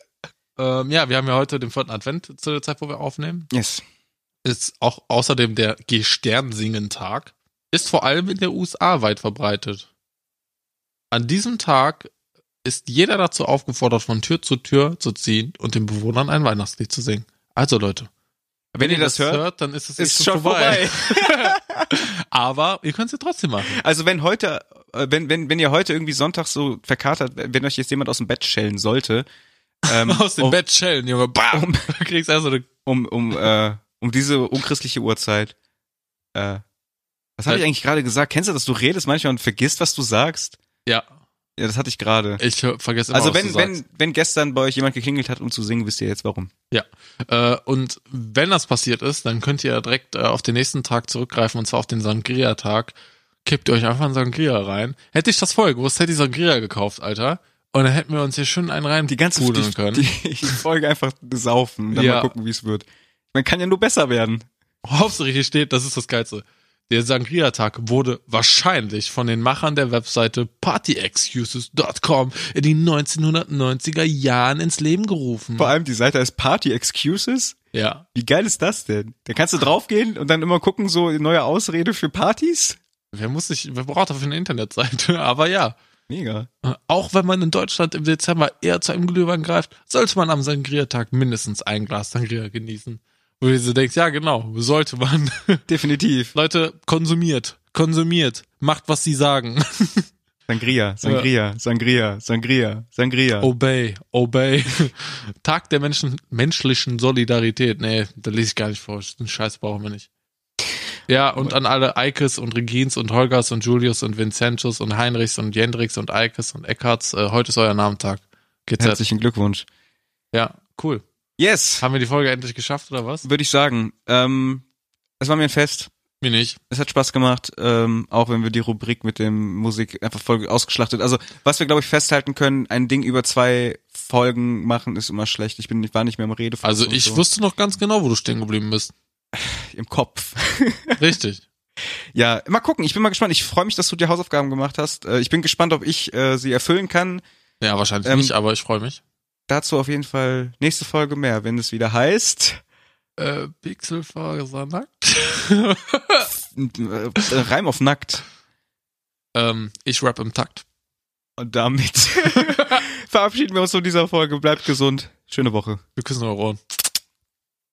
(laughs) ähm, ja, wir haben ja heute den vierten Advent zu der Zeit, wo wir aufnehmen.
Yes.
Ist auch außerdem der Gesternsingen-Tag. Ist vor allem in der USA weit verbreitet. An diesem Tag ist jeder dazu aufgefordert, von Tür zu Tür zu ziehen und den Bewohnern ein Weihnachtslied zu singen. Also Leute,
Wenn, ihr das hört,
dann ist es
ist
echt
schon vorbei.
(laughs) Aber ihr könnt es ja
(laughs)
trotzdem machen.
Also wenn heute, äh, wenn, wenn, wenn ihr heute irgendwie Sonntag so verkatert, wenn euch jetzt jemand aus dem Bett schellen sollte, ähm,
(laughs) Aus dem
um,
Bett schellen, Junge. Bam! (laughs)
Um,
Du kriegst erst so eine.
um, um, äh, um diese unchristliche Uhrzeit. Äh, was
Äh.
habe ich eigentlich gerade gesagt? Kennst du das? Du redest manchmal und vergisst, was du sagst?
Ja,
Ja, das hatte ich gerade.
ich hör- vergesse immer,
Also
was du
wenn,
sagst.
wenn, wenn gestern bei euch jemand geklingelt hat, um zu singen, wisst ihr jetzt warum.
Äh, und wenn das passiert ist, dann könnt ihr direkt äh, auf den nächsten Tag zurückgreifen, und zwar auf den Sangria-Tag. Kippt euch einfach einen Sangria rein. Hätte ich das vorher gewusst, hätte ich Sangria gekauft, Alter. Und dann hätten wir uns hier schön einen rein
Die ganze
pudeln
die,
können.
Die, (laughs) die Folge einfach saufen und dann
Ja.
mal gucken, wie es wird. Man kann ja nur besser werden.
Worauf es richtig steht, das ist das Geilste. Der Sangria-Tag wurde wahrscheinlich von den Machern der Webseite partyexcuses.com in den 1990er Jahren ins Leben gerufen.
Vor allem die Seite heißt Party Excuses.
Ja.
Wie geil ist das denn? Da kannst du draufgehen und dann immer gucken, so neue Ausrede für Partys?
Wer muss sich, wer braucht dafür eine Internetseite? (laughs) Aber ja.
Mega.
Auch wenn man in Deutschland im Dezember eher zu einem Glühwein greift, sollte man am Sangria-Tag mindestens ein Glas Sangria genießen. Wo du dir so denkst, ja genau, sollte man. (laughs)
Definitiv.
Leute, konsumiert, konsumiert, macht, was sie sagen.
Sangria, Sangria, Sangria, Sangria, Sangria.
Obey, obey. (laughs) Tag der Menschen, menschlichen Solidarität. Nee, da lese ich gar nicht vor. Den Scheiß brauchen wir nicht. Ja, und an alle Eikes und Regins und Holgers und Julius und Vincentus und Heinrichs und Jendricks und Eikes und Eckharts. Äh, heute ist euer Namentag. GZ.
Herzlichen Glückwunsch.
Ja, cool.
Yes,
Haben wir die Folge endlich geschafft oder was?
würde ich sagen. Ähm, es war mir ein Fest.
Mir nicht.
Es hat Spaß gemacht, ähm, auch wenn wir die Rubrik mit dem Musik einfach voll ausgeschlachtet. Also was wir glaube ich festhalten können: Ein Ding über zwei Folgen machen ist immer schlecht. Ich bin, ich war nicht mehr im Rede.
Also ich
so.
wusste noch ganz genau, wo du stehen geblieben
(laughs)
bist.
im Kopf.
Richtig.
Ja, mal gucken. Ich bin mal gespannt. Ich freue mich, dass du dir Hausaufgaben gemacht hast. Äh, Ich bin gespannt, ob ich äh, sie erfüllen kann.
Ja, wahrscheinlich
Ähm,
nicht, aber ich freue mich.
Dazu auf jeden Fall nächste Folge mehr, wenn es wieder heißt.
Äh, Pixelfaser nackt.
äh, Reim auf nackt.
ähm, ich rap im Takt.
Und (laughs) damit verabschieden wir uns von dieser Folge. Bleibt gesund. Schöne Woche.
Wir küssen eure Ohren.